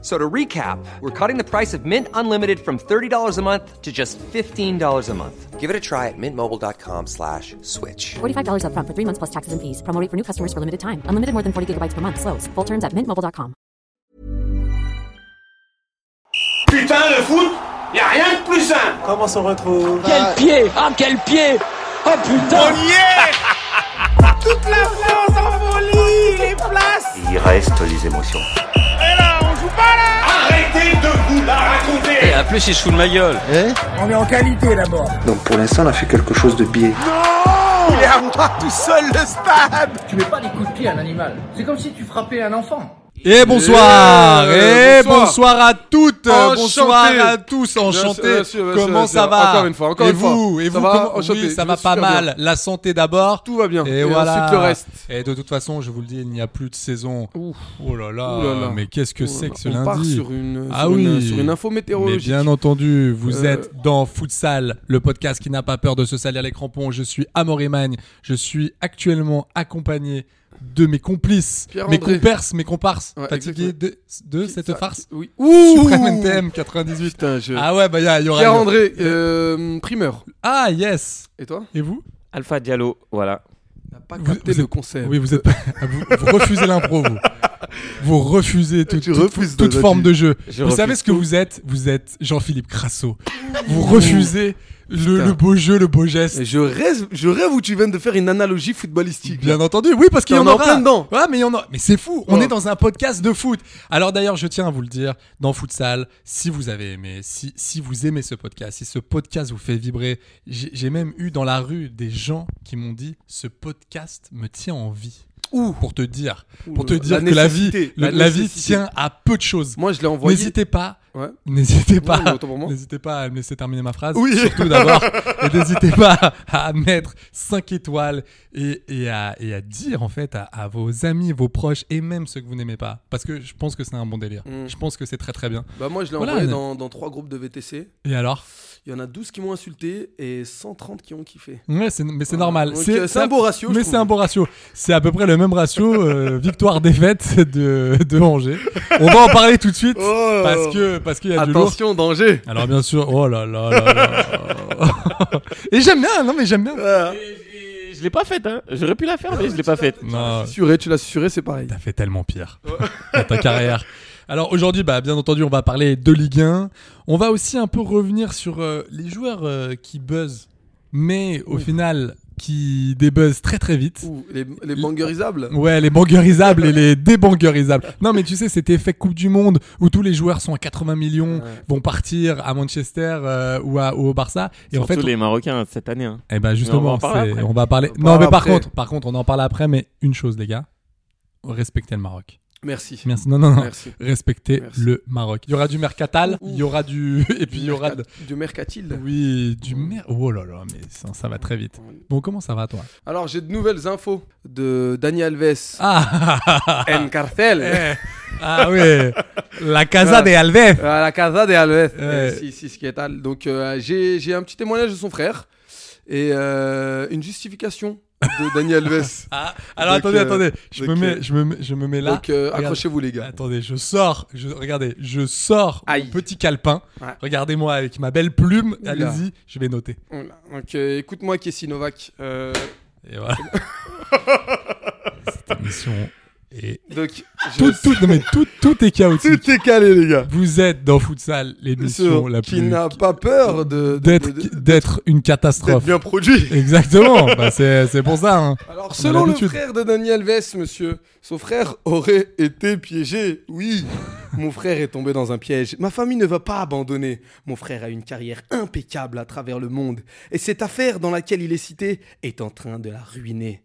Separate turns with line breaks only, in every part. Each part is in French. So to recap, we're cutting the price of Mint Unlimited from $30 a month to just $15 a month. Give it a try at mintmobile.com slash switch.
$45 upfront for three months plus taxes and fees. Promo rate for new customers for limited time. Unlimited more than 40 gigabytes per month. Slows. Full terms at mintmobile.com.
Putain, le foot, y a rien de plus simple.
Comment s'en retrouve
Quel pied Ah quel pied Oh putain
y est Toute la France en folie, les places.
Il reste les émotions.
Et là, on joue pas là. Arrêtez de vous la raconter.
En plus il se fout de ma gueule
Donc pour l'instant, on a fait quelque chose de biais.
Il est à moi tout seul le stade.
Tu mets pas des coups de pied à un animal. C'est comme si tu frappais un enfant.
Et bonsoir
Euh,
Et bonsoir,
bonsoir.
à toutes
Enchanté.
Bonsoir à tous Enchanté
Bien sûr, bien sûr,
Comment
bien
ça
sûr.
va
Encore une fois, encore
et
une fois.
vous, Et
Ça
vous
va
comment-
Enchanté.
Oui, ça
Je
va
vais
pas
super
mal.
bien.
La santé d'abord.
Tout va bien.
Et,
Et
voilà.
ensuite, le reste.
Et de toute façon, je vous le dis, il n'y a plus de saison. Oh là là,
Ouh là là.
Mais qu'est-ce que c'est que ce
on
lundi
part sur une,
Ah
sur une-
oui.
sur une info
Mais
météorologique.
bien entendu, vous
Euh.
êtes dans Futsal, le podcast qui n'a pas peur de se salir les crampons. Je suis à Morimagne. Je suis actuellement accompagné de mes complices, mes
Pierre-André.
comperses, mes comparses.
Ouais,
Fatigué de, de
Qui-
cette
ça-
farce
Oui. Ouh
Supreme NTM 98.
Putain, je...
Ah ouais, bah il y, aura.
Pierre André, euh, primeur.
Ah yes.
Et toi
Et vous
Alpha Diallo, voilà.
T'as pas
Vous-
capté
vous-
le concept.
Oui, vous êtes. vous, vous refusez l'impro. Vous. Vous refusez tout-
Tu
toute-
refuses de-
toute
de-
forme
tu-
de jeu.
je
vous savez
refuse
ce que vous êtes Vous êtes Jean-Philippe Crasso. Vous refusez le,
Putain.
le beau jeu, le beau geste.
Et Je rêve, je rêve où tu viennes de faire une analogie footballistique.
Bien entendu, oui, parce qu'il y en
T'en es en
aura.
plein dedans.
Ouais, mais il y en a. Mais c'est fou. On
Ouais.
est dans un podcast de foot. Alors d'ailleurs, je tiens à vous le dire, dans Futsal, si vous avez aimé, si si vous aimez ce podcast, si ce podcast vous fait vibrer, j'ai j'ai même eu dans la rue des gens qui m'ont dit, ce podcast me tient en vie. Ouh. Pour te dire, pour te
là,
dire
la
que la vie,
nécessité,
le-
la
la, vie
nécessité.
tient à peu de choses.
Moi, je l'ai envoyé.
N'hésitez pas.
Ouais.
N'hésitez pas,
mais autant pour moi.
n'hésitez pas à me laisser terminer ma phrase.
Oui.
Surtout d'abord, et n'hésitez pas à mettre 5 étoiles et, et à, et à dire en fait à, à vos amis, vos proches et même ceux que vous n'aimez pas. Parce que je pense que c'est un bon délire.
Mm.
Je pense que c'est très très bien.
Bah moi, je l'ai
Voilà.
envoyé dans, dans trois groupes de VTC.
Et alors
Il y en a 12 qui m'ont insulté et 130 qui ont kiffé.
Ouais, c'est- mais c'est
Voilà.
normal.
Donc, euh, c'est un beau ratio, je
Mais
trouve.
c'est un beau ratio. C'est à peu près le même ratio euh, victoire-défaite de, de Angers. On va en parler tout de suite
Oh.
parce que parce qu'il y a du lourd.
Attention, danger.
Alors bien sûr, oh là là là là. Et j'aime bien, non mais j'aime bien.
Je l'ai pas faite hein J'aurais pu la faire mais je l'ai pas faite.
Non,
Suré, tu l'as susurré, c'est pareil.
t'as fait tellement pire dans ta carrière. Alors aujourd'hui, bah, bien entendu, on va parler de Ligue 1. On va aussi un peu revenir sur euh, les joueurs euh, qui buzzent, mais au final qui débuzzent très très vite.
Ouh, les, les bangerisables
Ouais, les bangerisables et les débangerisables. Non, mais tu sais, cet effet Coupe du Monde où tous les joueurs sont à 80 millions, vont partir à Manchester euh, ou, à- ou au Barça. Et
Surtout
en fait,
les Marocains cette année. Hein.
Eh ben
on va
justement,
en parler
c'est-
après.
on va parler.
On en
Non,
parle
mais par
après.
contre, par contre, on en parle après. Mais une chose, les gars, respectez le Maroc.
Merci.
Merci. Non, non, non.
Merci.
Respectez
Merci.
le Maroc. Il y aura du mercatal.
Ouf.
Il y aura du et puis il y aura de-
Mercat- du mercatil.
oui du mer. Oh là là, mais ça, ça va très vite. Bon, comment ça va toi
Alors, j'ai de nouvelles infos de Dani Alves
Ah
en cartel
eh, ah oui, la casa de Alves.
à la casa de Alves.
Ouais.
Eh, Si, si, ce qui est tal. Donc, euh, j'ai j'ai un petit témoignage de son frère et euh, une justification de Dani Alves.
Ah, alors
Donc,
attendez,
euh,
attendez. Je me
donc,
mets,
euh,
je me mets, je me mets là.
Donc, euh,
Regarde.
accrochez-vous, les gars.
Attendez, je sors, je, regardez, je sors mon
Aïe.
petit calepin.
Ouais.
Regardez-moi avec ma belle plume.
Oula.
Allez-y, je vais noter.
Voilà. Donc, euh, écoute-moi, Kessie Novak. Euh,
Et voilà. Cette émission est.
donc, je-
Tout, tout, non, mais tout, tout est chaotique.
Tout est calé, les gars.
Vous êtes dans Futsal, l'émission
Sur-
la
Qui
plus.
n'a pas peur de- de-
d'être,
de- de-
d'être une
d'être
catastrophe.
bien produit.
Exactement. bah, c'est, c'est pour ça. hein.
Alors,
a
selon le
l'habitude.
frère de Daniel Alves, monsieur, son frère aurait été piégé. Oui, mon frère est tombé dans un piège. Ma famille ne va pas abandonner. Mon frère a une carrière impeccable à travers le monde. Et cette affaire dans laquelle il est cité est en train de la ruiner.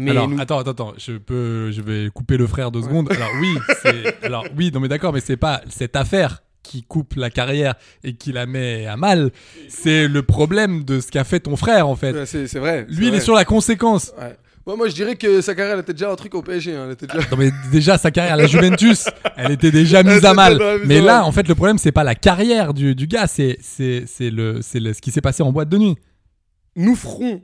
Mais
alors,
nous-
attends, attends, attends. Je peux, je vais couper le frère deux secondes. Alors oui, c'est, alors oui, non mais d'accord, mais c'est pas cette affaire qui coupe la carrière et qui la met à mal. C'est le problème de ce qu'a fait ton frère en fait.
Ouais, c'est c'est vrai. c'est
Lui, il
vrai.
est sur la conséquence.
Ouais. Ouais, moi, je dirais que Sakara, elle était déjà un truc au PSG. hein, Elle était déjà.
Non mais déjà sa carrière à la Juventus, elle était déjà
Elle
mise
était
à mal.
déjà mise
Mais
à
là,
mal.
en fait, le problème c'est pas la carrière du, du gars, c'est c'est c'est le c'est le- ce qui s'est passé en boîte de nuit.
Nous ferons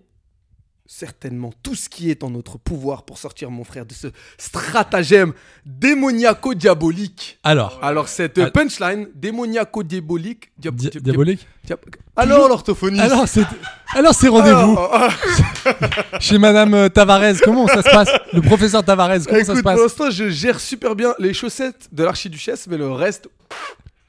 certainement tout ce qui est en notre pouvoir pour sortir mon frère de ce stratagème démoniaco-diabolique.
Alors,
Alors, cette
Ah.
punchline, démoniaco-diabolique. diab-
di-
diab-
diabolique.
diab- Alors, l'orthophoniste.
Alors c'est alors c'est rendez-vous
Alors, ah,
chez Madame euh, Tavares. Comment ça se passe Le professeur Tavares. Comment ça se
Écoute, pour
passe
l'instant, je gère super bien les chaussettes de l'archiduchesse, mais le reste.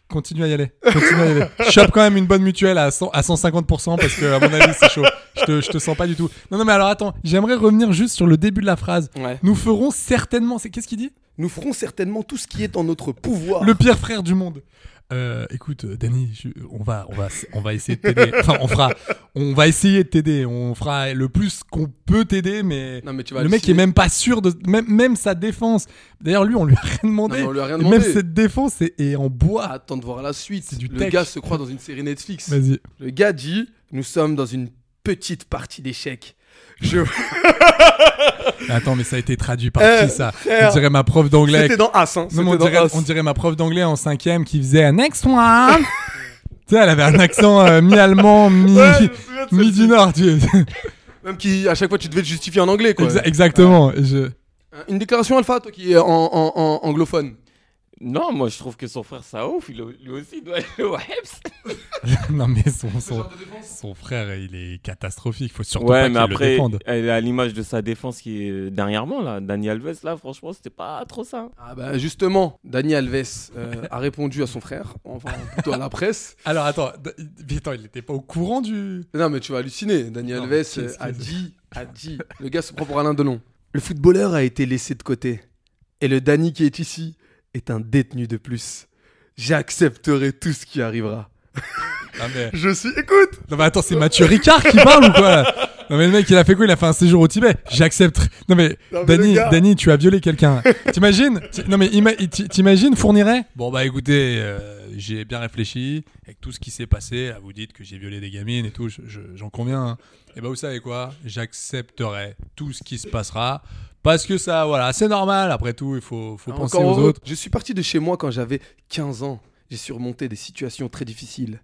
Continue à y aller. Continue à y aller. Chope quand même une bonne mutuelle à, 100 à 150% parce que, à mon avis, c'est chaud. Je te, je te sens pas du tout. Non, non, mais alors attends, j'aimerais revenir juste sur le début de la phrase.
Ouais.
Nous ferons certainement. c'est Qu'est-ce qu'il dit
Nous ferons certainement tout ce qui est en notre pouvoir.
Le pire frère du monde. Euh, écoute, euh, Danny, je- on va, on va, on va essayer de t'aider. Enfin, on fera, on va essayer de t'aider. On fera le plus qu'on peut t'aider, mais,
Non, mais tu vas
le mec est
halluciner.
même pas sûr de, même, même sa défense. D'ailleurs, lui, on lui a rien demandé.
Non, mais on lui a rien
Et Même
demandé. Ah.
cette défense est, est en bois.
Attends de voir la suite.
C'est du
le
tech.
gars se croit dans une série Netflix.
Vas-y.
Le gars dit Nous sommes dans une petite partie d'échecs. Je...
Attends, mais ça a été traduit par
Eh,
qui ça
frère.
On dirait ma prof d'anglais.
C'était dans As. Hein.
Non, mais
C'était
on,
dans
dirait,
As.
on dirait ma prof d'anglais en cinquième qui faisait Next one Tu sais, elle avait un accent euh, mi-allemand, mi-
Ouais, je me souviens de
mi
celle-ci.
du Nord. tu-
Même qui, à chaque fois, tu devais te justifier en anglais. Quoi.
Exa- exactement. Je...
Une déclaration alpha, toi qui est en, en- en- anglophone.
Non, moi je trouve que son frère ça ouf, il, lui aussi il doit aller au Heps.
non, mais son, son, son frère, il est catastrophique. Faut surtout pas
Ouais,
qu'il
mais
le
après,
défende.
elle est à l'image de sa défense qui est dernièrement là. Dani Alves, là, franchement, c'était pas trop ça. hein.
Ah bah justement, Dani Alves euh, a répondu à son frère, enfin plutôt à la presse.
Alors, attends, d- mais attends, il était pas au courant du.
Non mais tu vas halluciner, Dani
Non,
Alves
mais
euh,
qu'est-ce que
a
c'est
dit, a dit, le gars se prend pour Alain Delon. Le footballeur a été laissé de côté, et le Dani qui est ici est un détenu de plus. J'accepterai tout ce qui arrivera.
Non, Ah, mais,
Je suis, écoute,
non, mais attends, c'est Mathieu Ricard qui parle ou quoi Non, mais le mec, il a fait quoi Il a fait un séjour au Tibet. J'accepte. Non, mais,
Non, mais
Dany,
le gars-
Dany, tu as violé quelqu'un. T'imagines Ti- Non, mais ima- ti- t'imagines Fournirait Bon, bah écoutez, euh, j'ai bien réfléchi. Avec tout ce qui s'est passé, là, vous dites que j'ai violé des gamines et tout, je- je- j'en conviens. hein. Et bah, vous savez quoi J'accepterai tout ce qui se passera. Parce que ça, voilà, c'est normal. Après tout, il faut, faut penser
Ah, Encore
aux
heureux.
autres.
Je suis parti de chez moi quand j'avais 15 ans. J'ai surmonté des situations très difficiles.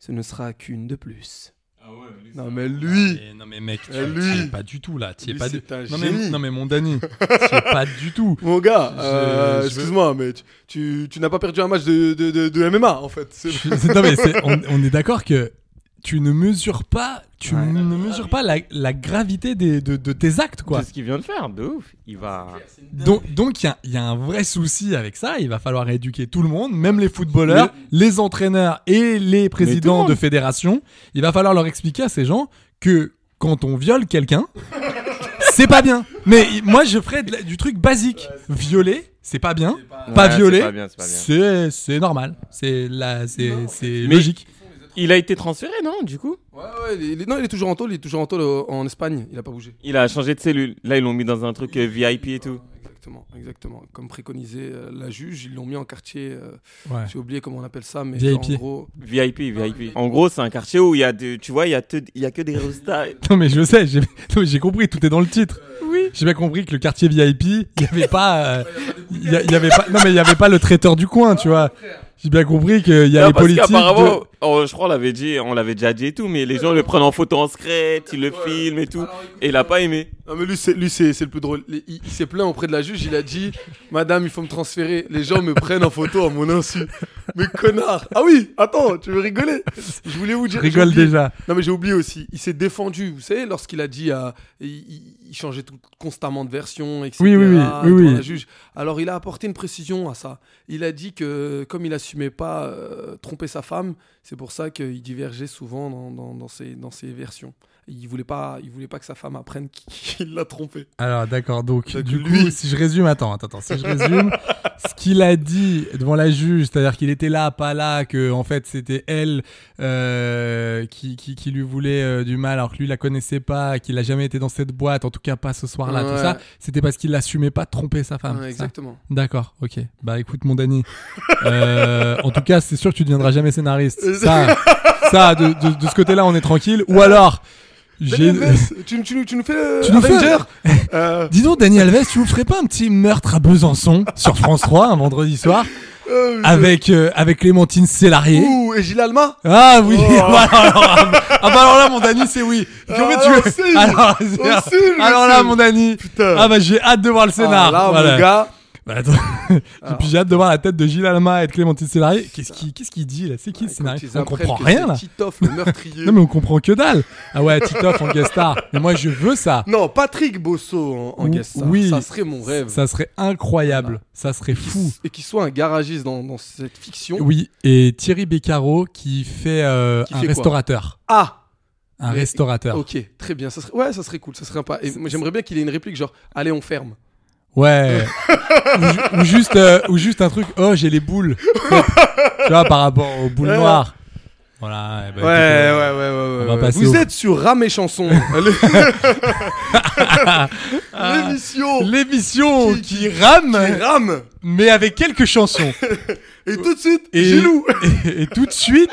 Ce ne sera qu'une de plus. Ah ouais, non mais lui,
Et non mais mec, tu
Euh,
tu
lui.
es pas du tout là, tu es
Lui,
pas du
c'est un
non, mais,
génie.
non mais mon Dany, tu es pas du tout.
Mon gars,
Je-
euh,
je-
excuse-moi, mais tu, tu, tu n'as pas perdu un match de, de, de, de MMA en fait. C'est-
Je suis- non, mais c'est- on, on est d'accord que tu ne mesures pas, tu ne mesures pas la, la gravité des- de, de tes actes, quoi.
C'est ce qu'il vient de faire, de ouf. Il va.
Donc, donc il y a, il y a un vrai souci avec ça. Il va falloir éduquer tout le monde, même les footballeurs, les entraîneurs et les
tout le
présidents
monde.
de fédérations. Il va falloir leur expliquer à ces gens que quand on viole quelqu'un, c'est pas bien. Mais il- moi, je ferais de la- du truc basique. Violer, c'est pas bien. Pas
Ouais, c'est
violer,
pas bien, c'est pas bien.
c'est c'est normal. C'est la- c'est c'est
Mais-
logique.
Il a été transféré, non, du coup
Ouais, ouais, il est- non, il est toujours en tôle, il est toujours en tôle euh, en Espagne, il a pas bougé.
Il a changé de cellule. Là, ils l'ont mis dans un truc euh, VIP et tout.
Exactement, exactement. Comme préconisé euh, la juge, ils l'ont mis en quartier, euh,
Ouais.
j'ai oublié comment on appelle ça, mais
VIP.
en gros...
VIP, VIP. En gros, c'est un quartier où il y a des- tu vois, il y a, te- il y a que des restas.
Non mais je sais, j'ai non, mais j'ai compris, tout est dans le titre. Oui. J'ai bien compris que le quartier VIP, il y avait pas, euh, il y a- il y avait pas, non mais il y avait pas le traiteur du coin, tu vois. J'ai bien compris qu'il y a
Non,
les
parce
politiques.
qu'apparemment,
de-
oh, je crois on l'avait dit, on l'avait déjà dit et tout, mais les gens le prennent en photo en secret, ils le filment et tout, et il a pas aimé.
Non mais lui c'est lui c'est c'est le plus drôle. Il, il s'est plaint auprès de la juge, il a dit "Madame, il faut me transférer. Les gens me prennent en photo à mon insu." Mais connard. Ah oui, attends, tu veux rigoler Je voulais vous dire
Rigole
j'ai oublié-
déjà.
Non mais j'ai oublié aussi, il s'est défendu, vous savez, lorsqu'il a dit à il, il- il changeait tout, constamment de version etc.
Oui, oui, oui, oui,
devant
oui.
la juge. Alors il a apporté une précision à ça. Il a dit que comme il assumait pas euh, tromper sa femme, c'est pour ça qu'il divergeait souvent dans, dans, dans ses, dans ses versions. Il voulait pas, il voulait pas que sa femme apprenne qu'il l'a trompé.
Alors d'accord, donc
Donc,
du coup,
lui-
si je résume, attends, attends, attends, si je résume, ce qu'il a dit devant la juge, c'est-à-dire qu'il était là, pas là, que en fait c'était elle euh, qui, qui qui lui voulait euh, du mal, alors que lui la connaissait pas, qu'il a jamais été dans cette boîte, en tout cas pas ce soir-là, tout
Ouais.
ça, c'était parce qu'il assumait pas de tromper sa femme.
Ouais,
c'est Ah, ça
exactement.
D'accord, ok. Bah écoute mon Dani, euh, en tout cas c'est sûr que tu deviendras jamais scénariste. Ça, ça de, de- de ce côté-là on est tranquille. Ou alors, J'ai-
Daniel Vess, tu, tu- tu nous fais le
Tu nous fais-
Avenger Euh,
Dis donc, Daniel Alves, tu vous ferais pas un petit meurtre à Besançon sur France 3 un vendredi soir
euh,
avec, euh, avec Clémentine Sélarié
Ouh, Oh. et Gilles Alma
Ah oui Voilà, alors, ah bah- ah bah alors là, mon Dani, c'est oui. Combien
Ah,
tu-
on signe.
alors,
On
c'est-
signe,
alors là,
signe.
mon Dani.
Putain.
Ah bah j'ai hâte de voir le scénar.
Ah, là,
Voilà.
mon gars. Ah.
Bah, attends. Et puis j'ai hâte de voir la tête de Gilles Alma et de Clémentine Sélarié. Qu'est-ce qu'il qu'est-ce qu'il dit là C'est qui le
Quand
scénariste
Ah, ils
On
apprennent
comprend
que
rien
c'est
là.
Titoff, le meurtrier.
Non mais on comprend que dalle. Ah ouais, Titoff en guest star. Mais moi je veux ça.
Non, Patrick Bosso en, en
Ou-
guest star.
oui.
Ça serait mon rêve.
Ça serait incroyable. Ça serait fou.
Et qu'il soit un garagiste dans, dans cette fiction.
Oui, et Thierry Beccaro qui fait euh,
Qui
un
fait quoi
restaurateur.
Ah
Un
Mais-
restaurateur.
Ok, très bien. Ça serait... Ouais, ça serait cool. Ça serait sympa. Et moi, j'aimerais bien qu'il ait une réplique genre Allez, on ferme.
Ouais. ou, ju- ou juste, euh, ou juste un truc. Oh, j'ai les boules. tu vois, par rapport aux boules
Ouais.
noires. Voilà. eh ben,
Ouais, ouais,
écoutez,
ouais, ouais. ouais,
va
ouais.
passer
Vous
au-
êtes sur Ram et Chanson.
Ah.
Le- L'émission
euh, L'émission qui,
Qui-
rame,
qui rame.
mais avec quelques chansons.
Et tout de suite,
Et,
Gilou.
et, et tout de suite,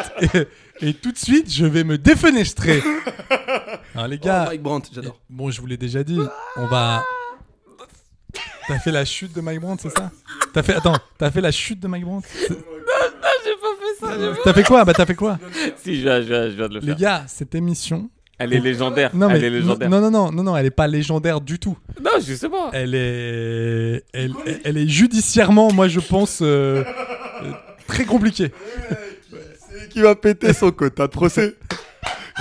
et, et tout de suite, je vais me défenestrer. Alors, les
Oh,
gars,
Mike Brandt, j'adore.
bon, je vous l'ai déjà dit, on va. T'as fait la chute de Mike Brandt, c'est ça T'as fait attends, t'as fait la chute de Mike Brandt Non, j'ai pas fait ça. T'as fait quoi Bah t'as fait quoi
Si, je viens, je viens- je viens de le
Les
faire.
gars, cette émission.
Elle est légendaire.
Non, mais.
elle est légendaire.
Non, non, non, non, non, elle est pas légendaire du tout.
Non, je sais pas.
Elle est. Elle, elle- elle est judiciairement, moi, je pense, euh, euh, très compliquée.
C'est qui va péter son quota de procès.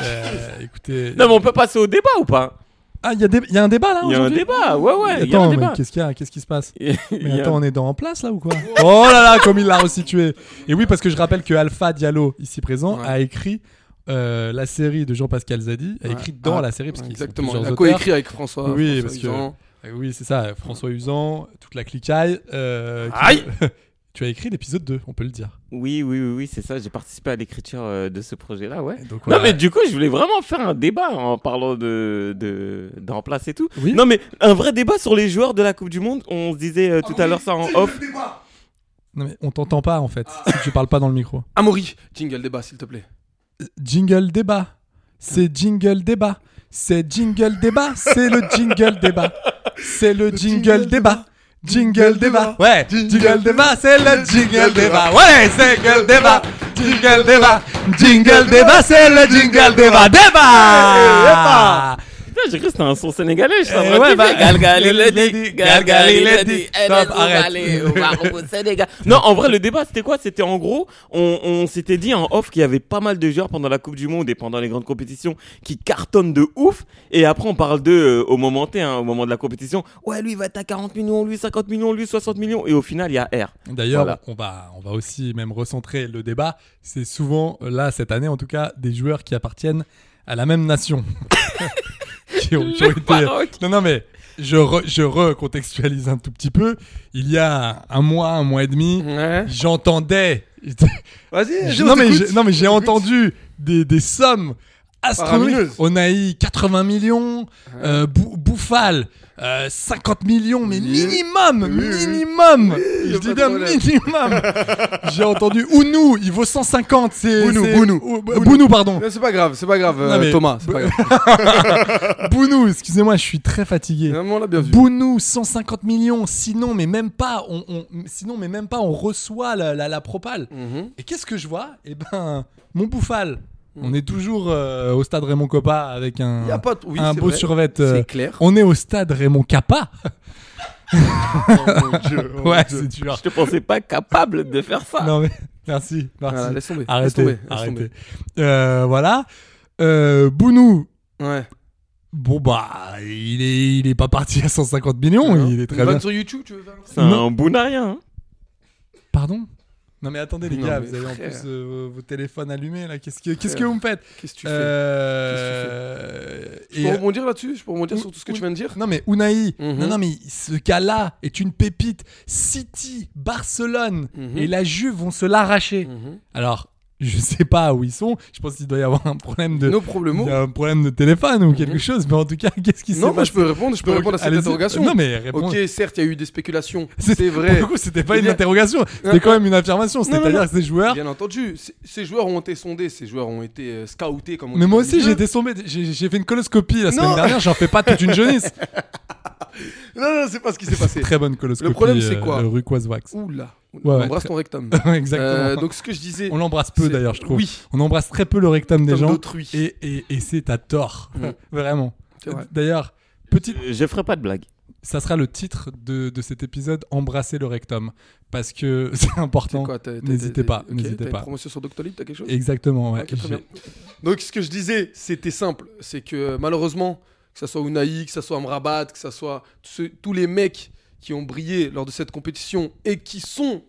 Euh, écoutez.
Non, mais on peut passer au débat ou pas
Ah, il y, a des- il y a un débat là
Il y a un
aujourd'hui
débat, ouais, ouais. Il y a un
Attends, mais
débat.
qu'est-ce qu'il y a Qu'est-ce qui se passe
Il
Mais
y a-
attends, on est dans en place là ou quoi Oh là là, comme il l'a resitué. Et oui, parce que je rappelle que Alpha Diallo, ici présent,
Ouais.
a écrit euh, la série de Jean-Pascal Zadi, a
Ouais.
écrit dans
Ah,
la série parce qu'il
Exactement. Il
plusieurs
a
auteurs.
coécrit avec François.
Oui,
François
parce que-
Usan.
Euh, Oui, c'est ça, François Usan, toute la cliquaille. euh, qui-
Aïe
Tu as écrit l'épisode 2, on peut le dire.
Oui, oui, oui, oui, c'est ça. J'ai participé à l'écriture euh, de ce projet-là, ouais.
Donc,
Non,
voilà.
mais du coup, je voulais vraiment faire un débat en parlant de, de, d'en place et tout.
Oui.
Non, mais un vrai débat sur les joueurs de la Coupe du Monde. On se disait euh, tout à l'heure ça en off.
Non, mais on t'entend pas en fait, si tu parles pas dans le micro.
Amaury, jingle débat, s'il te plaît.
Jingle débat, c'est jingle débat, c'est jingle débat, c'est le jingle débat, c'est le jingle débat. Jingle débat, ouais, jingle débat, c'est le jingle débat, ouais, c'est jingle débat, jingle débat, jingle débat, c'est le jingle débat, débat!
Putain, j'ai cru que c'était un son sénégalais. Je savais
Eh ouais,
pas.
bah,
Galgal, il l'a
Lady,
dit.
Galgal,
Galgal, il l'a dit. Eh ben,
Stop,
on va
arrête.
aller au Maroc, au Sénégal. Non, en vrai, le débat, c'était quoi C'était en gros, on, on s'était dit en off qu'il y avait pas mal de joueurs pendant la Coupe du Monde et pendant les grandes compétitions qui cartonnent de ouf. Et après, on parle d'eux euh, au moment T, hein, au moment de la compétition. Ouais, lui, il va être à 40 millions, lui, 50 millions, lui, 60 millions. Et au final, il y a R.
D'ailleurs,
Voilà.
on, va, on va aussi même recentrer le débat. C'est souvent, euh, là, cette année en tout cas, des joueurs qui appartiennent à la même nation. qui ont, qui ont été- Non, non, mais je, re- je recontextualise un tout petit peu. Il y a un mois, un mois et demi,
Ouais.
j'entendais.
Vas-y,
Je- non, mais j'ai- non, mais j'ai entendu des, des sommes astronomiques.
Faramineuses.
On a eu 80 millions, euh, Bou- Bouffal, euh, 50 millions, mais
Oui.
minimum,
Oui, oui.
minimum.
y
Je
a
dis
pas de
bien
problème.
minimum. j'ai entendu Ounou, il vaut 150. C'est,
Bounou,
c'est-
Bounou.
Ou-
Bounou.
Bounou, pardon.
Non, c'est pas grave, c'est pas grave,
Non,
euh,
mais-
Thomas. C'est pas grave.
Bounou, excusez-moi, je suis très fatigué.
Non, mais on l'a bien vu.
Bounou, 150 millions, sinon mais même pas, on, on- sinon mais même pas, on reçoit la, la, la propale.
Mhm.
Et qu'est-ce que je vois Eh ben, mon bouffal. On est toujours euh, au stade Raymond Coppa avec un,
Y a pas de- oui,
un
c'est
beau
vrai.
survêt.
C'est
euh,
clair.
On est au stade Raymond Coppa.
Oh mon Dieu, oh mon
ouais,
Dieu.
c'est dur.
Je te pensais pas capable de faire ça.
Non mais merci, merci.
Voilà, laisse tomber, laisse
Arrêtez,
tomber, laisse
arrêtez.
tomber.
Euh, voilà. Euh, Bounou,
Ouais.
bon bah, il est, il est pas parti à 150 millions, il est très
Va
bien.
sur YouTube, tu veux faire un
C'est un
Non.
bounarien. hein.
Pardon Non mais attendez les
Non,
gars,
mais
vous avez en
frère.
plus euh, vos téléphones allumés là. Qu'est-ce que qu'est-ce que
Frère.
vous me faites
Qu'est-ce que tu fais
Euh,
Je peux
et-
rebondir là-dessus Je peux rebondir
Ou-
sur tout ce que
ou-
tu viens de dire
Non mais Unai,
Mhm.
non non mais ce cas-là est une pépite. City, Barcelone
Mhm.
et la Juve vont se l'arracher. Alors Je sais pas où ils sont. Je pense qu'il doit y avoir un problème de,
Nos problèmes.
il y a un problème de téléphone ou quelque chose. Mais en tout cas, qu'est-ce qui s'est
Non, moi
passé
je peux répondre, je peux
Donc,
répondre à cette
allez-y.
interrogation.
Non, mais réponds.
Ok, certes, il y a eu des spéculations,
C'est-
c'est vrai.
Pour le coup, c'était pas
Il
une
y a-
interrogation,
Non,
c'était quand même une affirmation.
non,
C'est-à-dire
non.
que ces joueurs.
Bien entendu, c- ces joueurs ont été sondés, ces joueurs ont été euh, scoutés comme on dit
Mais moi
dans le
aussi, j'ai
milieu.
été sommé. J'ai j'ai fait une coloscopie la semaine
Non.
dernière. J'en fais pas toute une jeunesse.
Non, non, c'est pas ce qui s'est passé.
Très bonne coloscopie.
Le problème, c'est quoi
euh, Rue Coiswax.
Oula, on
Ouais, ouais,
embrasse
très-
ton rectum.
Exactement.
Euh, donc ce que je disais,
On l'embrasse peu
c'est-
d'ailleurs, je trouve.
Oui.
On embrasse très peu le rectum des
Comme
gens.
d'autrui.
Et, et, et c'est à tort.
Mm.
Vraiment.
C'est vrai.
D'ailleurs, petite,
Euh, Je ferai pas de blague.
ça sera le titre de, de cet épisode Embrasser le rectum. Parce que c'est important.
Quoi, t'as- t'as-
N'hésitez
t'as-
pas.
ok,
N'hésitez
t'as une
pas.
promotion sur Doctolib, t'as quelque chose
Exactement, ouais.
Ok, très
J'ai-
bien. Donc ce que je disais, c'était simple, c'est que euh, malheureusement, que ça soit Unai, que ça soit Amrabat, que ça soit tous ceux- tous les mecs qui ont brillé lors de cette compétition et qui sont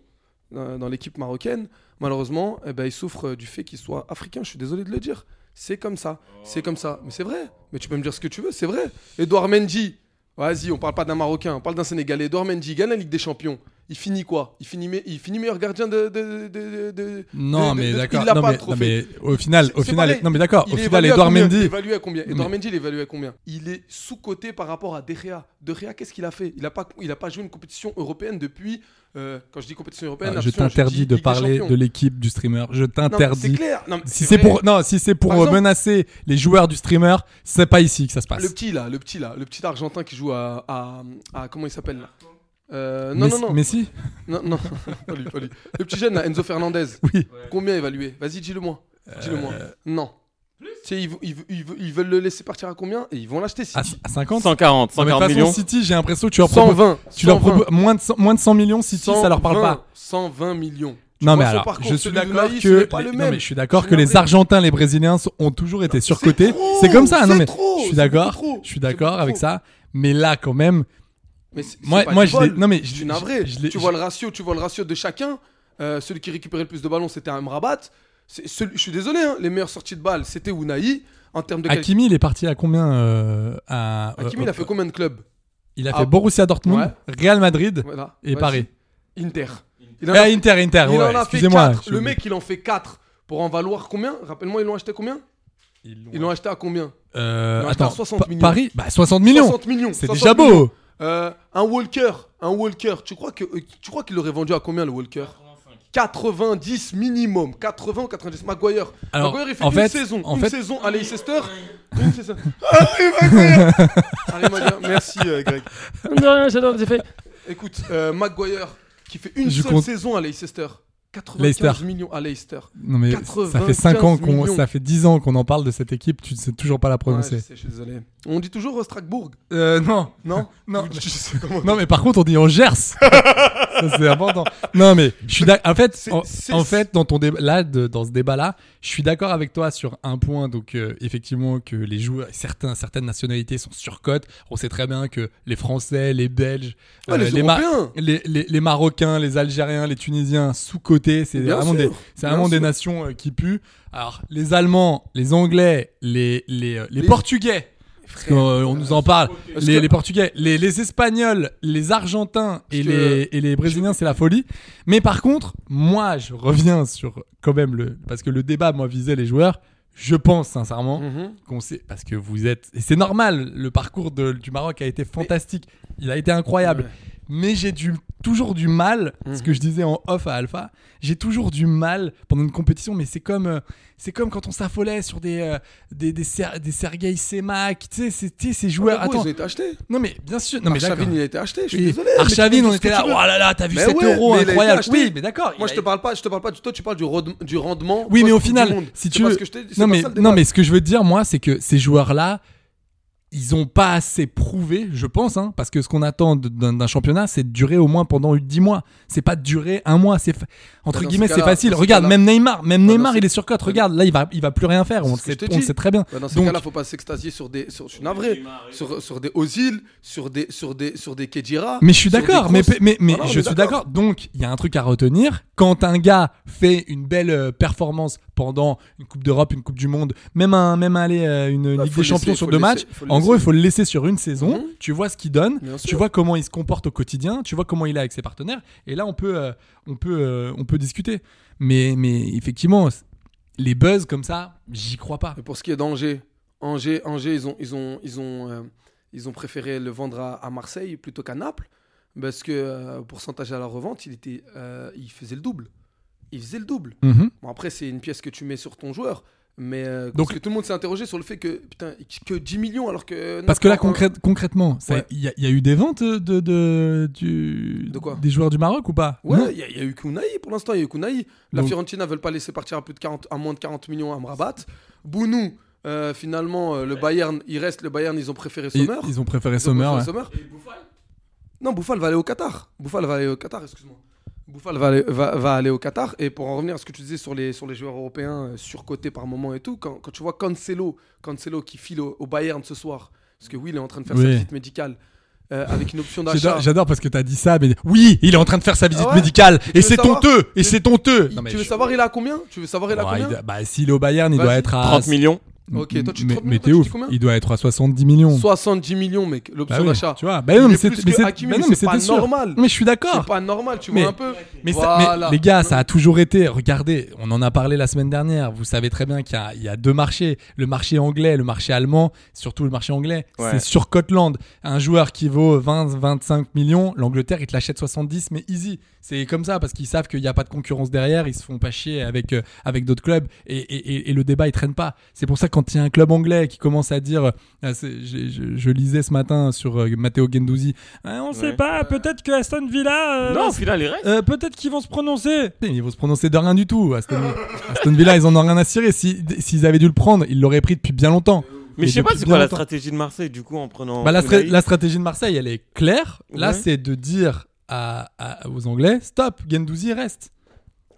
euh, dans l'équipe marocaine, malheureusement, eh ben, ils souffrent euh, du fait qu'ils soient africains. Je suis désolé de le dire. C'est comme ça. C'est comme ça. Mais c'est vrai. Mais tu peux me dire ce que tu veux, c'est vrai. Edouard Mendy, vas-y, on parle pas d'un Marocain, on parle d'un Sénégalais. Edouard Mendy il gagne la Ligue des Champions. Il finit quoi il finit, me- il finit meilleur gardien de. de- de- de- de-
Non,
de- de-
mais
de-
d'accord.
Il l'a
Non,
pas
mais-
le
non,
trophée.
mais au final, au
C'est
final,
pareil.
non, mais d'accord. Au
Il est
final,
évalué à
Edouard
combien Il est
Mendy.
évalué à combien Edouard
Mais-
Mendy, il est évalué à combien Il est sous-coté par rapport à De Gea. De Gea, qu'est-ce qu'il a fait Il n'a pas, il a pas joué une compétition européenne depuis. euh, quand je dis compétition européenne,
Ah, Je
attention, dis
t'interdis de
Ligue des
parler
Champions.
de l'équipe du streamer. Je
Non, mais C'est
t'interdis.
clair. Non, mais
Si c'est
vrai.
pour non, si c'est pour
Par exemple-
menacer les joueurs du streamer, c'est pas ici que ça se passe.
Le petit là, le petit là, le petit argentin qui joue à. à- à- comment il s'appelle là Euh, non,
mais,
non, non,
mais si,
non, non, pas lui, pas lui. Le petit jeune là, Enzo Fernandez.
oui.
Combien évalué Vas-y, dis-le moi. Dis-le moi.
Euh.
Non. Tu sais, ils, vou- ils vou- ils vou- ils veulent le laisser partir à combien et ils vont l'acheter si.
À, à 50
140,
Non, mais de toute
140
façon,
millions.
City, j'ai l'impression que tu leur proposes,
120.
tu leur
120.
proposes moins de 100, moins de 100 millions City, ça leur parle pas.
120 millions. Tu
Non
vois
mais
son
alors,
parcours,
je suis
celui de
d'accord
Naïs,
que
il est pas
les-
le
non,
même.
mais je suis d'accord
Je
que
me
les
rappelle.
Argentins, les Brésiliens sont- ont toujours été surcotés.
trop,
C'est comme ça, non
c'est
mais
trop,
je suis
c'est
d'accord,
beaucoup trop,
je suis
c'est
d'accord
beaucoup
avec
trop.
ça. Mais là quand même,
Mais c'est- c'est
Moi-
pas
moi,
du
je l'ai-
vol.
non, mais je-
tu
je-
navré.
je l'ai-
tu vois le ratio, tu vois le ratio de chacun. Euh, celui qui récupérait le plus de ballons, c'était Amrabat. C'est- celui- Je suis désolé, hein, les meilleures sorties de balles, c'était Unai. En termes de qualité,
Hakimi, il est parti à combien euh, à, euh,
Hakimi, il a fait combien de clubs
il a
Ah.
fait Borussia Dortmund, Real Madrid
Voilà.
et
Vas-y.
Paris.
Inter. Il en a,
Eh, Inter, Inter,
il en
ouais,
a fait
excusez-moi.
4.
je-
Le mec, il en fait 4 pour en valoir combien Rappelle-moi, ils l'ont acheté combien Ils l'ont acheté à combien
Euh,
Non,
attends,
attends, 60
Pa-
millions.
Paris, bah 60 millions.
60 millions.
C'est déjà
60 millions.
beau.
Euh, un Walker, un Walker. Tu crois que euh, tu crois qu'il l'aurait vendu à combien le Walker 90 minimum, 80 ou 90. Maguire.
Alors,
Maguire il fait
en
une
fait-
saison,
en
une
fait-
saison à Leicester. Une saison. Allez Maguire. Allez Maguire. Merci euh, Greg.
j'adore les effets.
Écoute, euh, Maguire qui fait une
Je
seule
compte-
saison à Leicester. 95
Leicester.
millions à Leicester.
Non mais ça
95
fait 5 ans qu'on
millions.
ça fait 10 ans qu'on en parle de cette équipe, tu ne sais toujours pas la
Ouais,
prononcer.
je, sais, je suis désolé. On dit toujours euh, Strasbourg,
euh non.
non
Non.
Je sais comment-
Non mais par contre on dit en Gers. ça c'est important. Non mais je suis d'ac- en fait
C'est-
en,
c'est-
en fait dans ton débat là de- dans ce débat là, je suis d'accord avec toi sur un point donc euh, effectivement que les joueurs certains certaines nationalités sont surcotes, on sait très bien que les français, les belges,
Ouais, les
Ma-
Européens.
les, les- les marocains, les algériens, les tunisiens sous-cotés, c'est
Bien
vraiment
sûr.
des c'est
Bien
vraiment des
sûr.
nations euh, qui puent. Alors les allemands, les anglais, les les euh, les,
Les-
portugais parce qu'on euh, on nous en parle.
Parce
Les,
que-
les Portugais, les, les Espagnols, les Argentins et
que-
les, et les Brésiliens, c'est la folie. Mais par contre, moi, je reviens sur quand même le. Parce que le débat, moi, visait les joueurs. Je pense sincèrement
Mhm.
qu'on sait. Parce que vous êtes. Et c'est normal, le parcours de- du Maroc a été fantastique. Il a été incroyable.
Ouais. Mhm.
Mais j'ai du, toujours du mal, ce que je disais en off à Alpha, j'ai toujours du mal pendant une compétition, mais c'est comme, euh, c'est comme quand on s'affolait sur des, euh, des, des, Ser- des Sergei Semak, tu sais, c'est- tu sais, ces joueurs.
Pourquoi
Attends,
ils ont été achetés.
non mais bien sûr, non mais d'accord.
Archavine, il a été acheté, je suis
Oui.
désolé. mais tu peux
Arshavin,
dire
on
ce que
était
tu
là. Oh
veux.
là là, t'as vu
Mais
7
ouais,
euros,
mais il a été
incroyable.
acheté.
Oui, mais d'accord.
Moi,
il
je
a-
te parle pas, je te parle pas du toi, tu parles du, rode- du rendement.
Oui, mais au
post- du monde.
final, si
C'est
tu
pas
veux.
ce que je t'ai- c'est
Non
pas
mais
ça, le
non
débat.
mais ce que je veux te dire moi, c'est que ces joueurs là. Ils ont pas assez prouvé, je pense, hein, parce que ce qu'on attend d- d'un d'un championnat, c'est de durer au moins pendant 10 mois. C'est pas de durer un mois. C'est fa- entre
Bah, dans
guillemets,
ce
c'est
cas-là-
facile.
dans ce
Regarde,
cas-là-
même Neymar, même
Bah, dans
Neymar,
ce-
il est sur cote. Regarde, là, il va, il va plus rien faire. On le
ce que
sait,
je te
on le
dis.
sait très bien.
Bah, dans ces
Donc,
cas-là, faut pas s'extasier sur des, sur, je suis navré, sur, sur des Ozil, sur des, sur des, sur des Kedira.
Mais je suis
sur des
d'accord, mais,
Kroos.
mais, mais
Voilà, on
je
est
suis d'accord. Donc, il y a un truc à retenir. Quand un gars fait une belle euh, performance pendant une Coupe d'Europe, une Coupe du Monde, même un, même aller euh, une une
Ah,
Ligue
faut
des
le
Champions
laisser,
sur
faut
deux
le
matchs,
laisser, faut le
en gros, il
laisser.
faut le laisser sur une saison.
Mhm.
Tu vois ce qu'il donne,
Bien
tu
sûr.
vois comment il se comporte au quotidien, tu vois comment il est avec ses partenaires. Et là, on peut, euh, on peut, euh, on peut discuter. Mais, mais effectivement, les buzz comme ça, j'y crois pas.
Mais pour ce qui est d'Angers, Angers, Angers, ils ont, ils ont, ils ont, euh, ils ont préféré le vendre à, à Marseille plutôt qu'à Naples parce que euh, au pourcentage à la revente, il était, euh, il faisait le double. Il faisait le double. Bon, après, c'est une pièce que tu mets sur ton joueur. Mais euh,
Donc-
parce que tout le monde s'est interrogé sur le fait que putain, que 10 millions alors que euh,
Parce que là,
Naples-
concrète- concrètement, ça-
Ouais.
il y, a- il y a eu des ventes euh, de, de- du,
De quoi
des joueurs du Maroc ou pas Non.
Ouais, il y, a- il y a eu Kounaï pour l'instant, il y a eu Kounaï. La
Donc-
Fiorentina ne veulent pas laisser partir à, plus de 40, à moins de 40 millions à Mrabat. Bounou, euh, finalement, euh, le Bayern, il reste le Bayern, ils ont préféré
Et-
Sommer.
Ils ont préféré Sommer.
Bouffal,
ouais.
Sommer. Non, Bouffal va aller au Qatar. Bouffal va aller au Qatar, excuse-moi. Bouffal va aller, va, va aller au Qatar. Et pour en revenir à ce que tu disais sur les, sur les joueurs européens euh, surcotés par moment et tout, quand, quand tu vois Cancelo, Cancelo qui file au, au Bayern ce soir, parce que oui, il est en train de faire sa
Oui.
visite médicale euh, avec une option d'achat. Ah
J'adore- J'adore parce que t'as dit ça, mais oui, il est en train de faire sa visite
ouais
médicale
Tu
et
veux
c'est
savoir
honteux et
Tu-
c'est honteux.
Il-
Non, mais
tu veux
je-
savoir, il a combien Tu veux savoir, il a
Ouais,
combien
il doit- bah, s'il est au Bayern, il doit
Vas-y.
être à
30 millions
Ok, toi, tu te
mais,
trompes,
mais
toi,
t'es
tu dis
ouf.
combien
Il doit être à 70 millions.
70 millions, mec, l'option
Bah oui,
d'achat.
Tu vois, bah non,
Il
mais
est
c'est
plus que
mais c'est-
Hakimi,
bah non,
c'est
mais c'était
pas
sûr.
normal.
Mais je suis d'accord.
C'est pas normal, tu
Mais-
vois un peu.
Mais, ça- mais
Voilà.
les gars, ça
Non,
a toujours été. Regardez, on en a parlé la semaine dernière. Vous savez très bien qu'il y a- il y, a deux marchés le marché anglais, le marché allemand, surtout le marché anglais.
Ouais.
C'est sur Cotland. Un joueur qui vaut 20-25 millions, l'Angleterre, ils te l'achètent 70, mais easy. C'est comme ça parce qu'ils savent qu'il n'y a pas de concurrence derrière. Ils se font pas chier avec, euh, avec d'autres clubs et, et- et- et le débat, il traîne pas. C'est pour ça que quand il y a un club anglais qui commence à dire. ah, c'est- je, je- je lisais ce matin sur euh, Matteo Gendouzi. Ah, on sait
Ouais.
pas, peut-être que Aston Villa. euh,
Non,
va
au final, il reste.
euh, peut-être qu'ils vont se prononcer. Ils vont se prononcer de rien du tout. Aston, Aston Villa, ils en ont rien à cirer. Si- S'ils avaient dû le prendre, ils l'auraient pris depuis bien longtemps.
Mais je sais pas,
depuis
c'est
bien
quoi la
longtemps.
stratégie de Marseille, du coup, en prenant.
Bah, la, stra-
Unai
la stratégie de Marseille, elle est claire. Là,
Ouais.
c'est de dire à- à- aux Anglais stop, Gendouzi reste.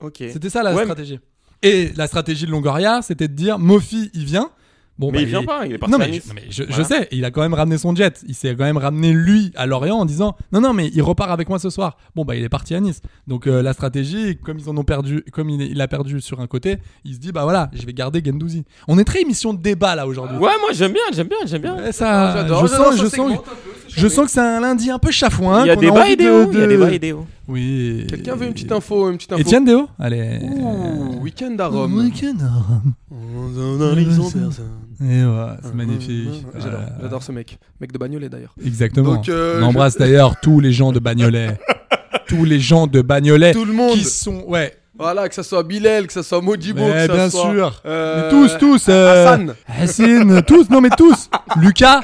Ok.
C'était ça la
Ouais,
stratégie. Et la stratégie de Longoria, c'était de dire Mofi, il vient. Bon,
Mais il vient pas, il est parti
bah, non,
à
mais,
Nice.
je- non, mais je, je
Voilà.
sais, il a quand même ramené son jet. Il s'est quand même ramené lui à Lorient en disant non non mais il repart avec moi ce soir. Bon bah il est parti à Nice. Donc euh, la stratégie, comme ils en ont perdu, comme il, est- il a perdu sur un côté, il se dit bah voilà, je vais garder Gendouzi. On est très émission de débat là aujourd'hui.
Ouais, moi, j'aime bien, j'aime bien, j'aime bien.
Ouais, ça,
j'adore,
Ah, je
j'adore
sens,
ce
je sens,
segment, un peu, c'est
je sens que c'est un lundi un peu chafouin.
Il y a
qu'on
des
envie
bails Déo,
de-
il y a des
de-
bails Déo.
Oui.
Quelqu'un veut une petite info, Oh. une petite info.
Étienne Déo, allez.
Ouh, week-end à Rome.
Week-end à Rome. Et ouais, c'est magnifique. Ah.
J'adore,
Voilà.
j'adore ce mec. Mec de Bagnolet d'ailleurs.
Exactement.
Donc, euh,
On embrasse d'ailleurs tous les gens de Bagnolet. tous les gens de Bagnolet.
Tout le monde.
Qui sont, ouais.
Voilà, que ça soit Bilal, que ça soit Modibo,
Mais
que ça
bien
soit,
sûr. Mais
euh,
tous, tous. euh,
Hassan,
Hassan, tous. Non, mais tous. Lucas.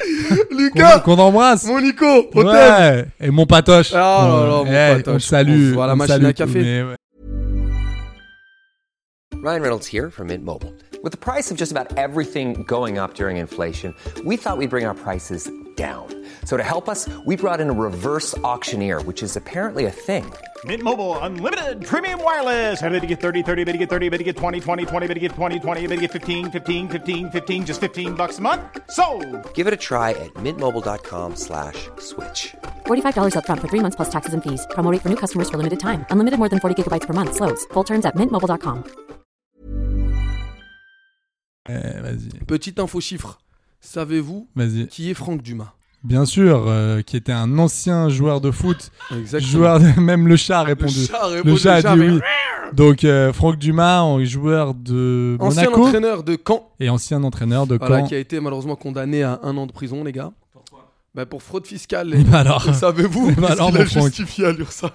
Lucas,
Qu'on qu'on embrasse.
Monico, hôtel.
Ouais. Et mon patoche.
Ah là là, mon
Eh,
patoche.
On le salue.
Ouf, voilà,
on le
machine
salue
à café.
tous, mais ouais.
Ryan Reynolds here from Mint Mobile. With the price of just about everything going up during inflation, we thought we'd bring our prices down. So to help us, we brought in a reverse auctioneer, which is apparently a thing.
Mint Mobile unlimited premium wireless. Ready to get 30, 30, ready to get 30, ready to get 20, 20, 20, ready to get 20, 20, ready to get 15, 15, 15, 15 just 15 bucks a month. So,
Give it a try at mintmobile.com slash switch.
$45 upfront for three months plus taxes and fees. Promo rate for new customers for limited time. Unlimited more than 40 gigabytes per month. Slows. Full terms at mintmobile.com.
Eh, Vas-y.
Petite info chiffre. Savez-vous
Vas-y.
qui est Franck Dumas
Bien sûr, euh, qui était un ancien joueur de foot.
Exactement.
Joueur de- même le chat a répondu.
Le chat a répondu, le chat
a dit
avait-
oui. Donc euh, Franck Dumas, en- joueur de
Ancien
Monaco
entraîneur de Caen,
et ancien entraîneur de
voilà,
Caen.
qui a été malheureusement condamné à un an de prison, les gars. Pourquoi bah pour fraude fiscale.
Eh ben alors.
Et Savez-vous
Eh ben
qu'est-ce
alors,
qu'il
mon
a
Franck.
justifié à l'URSSAF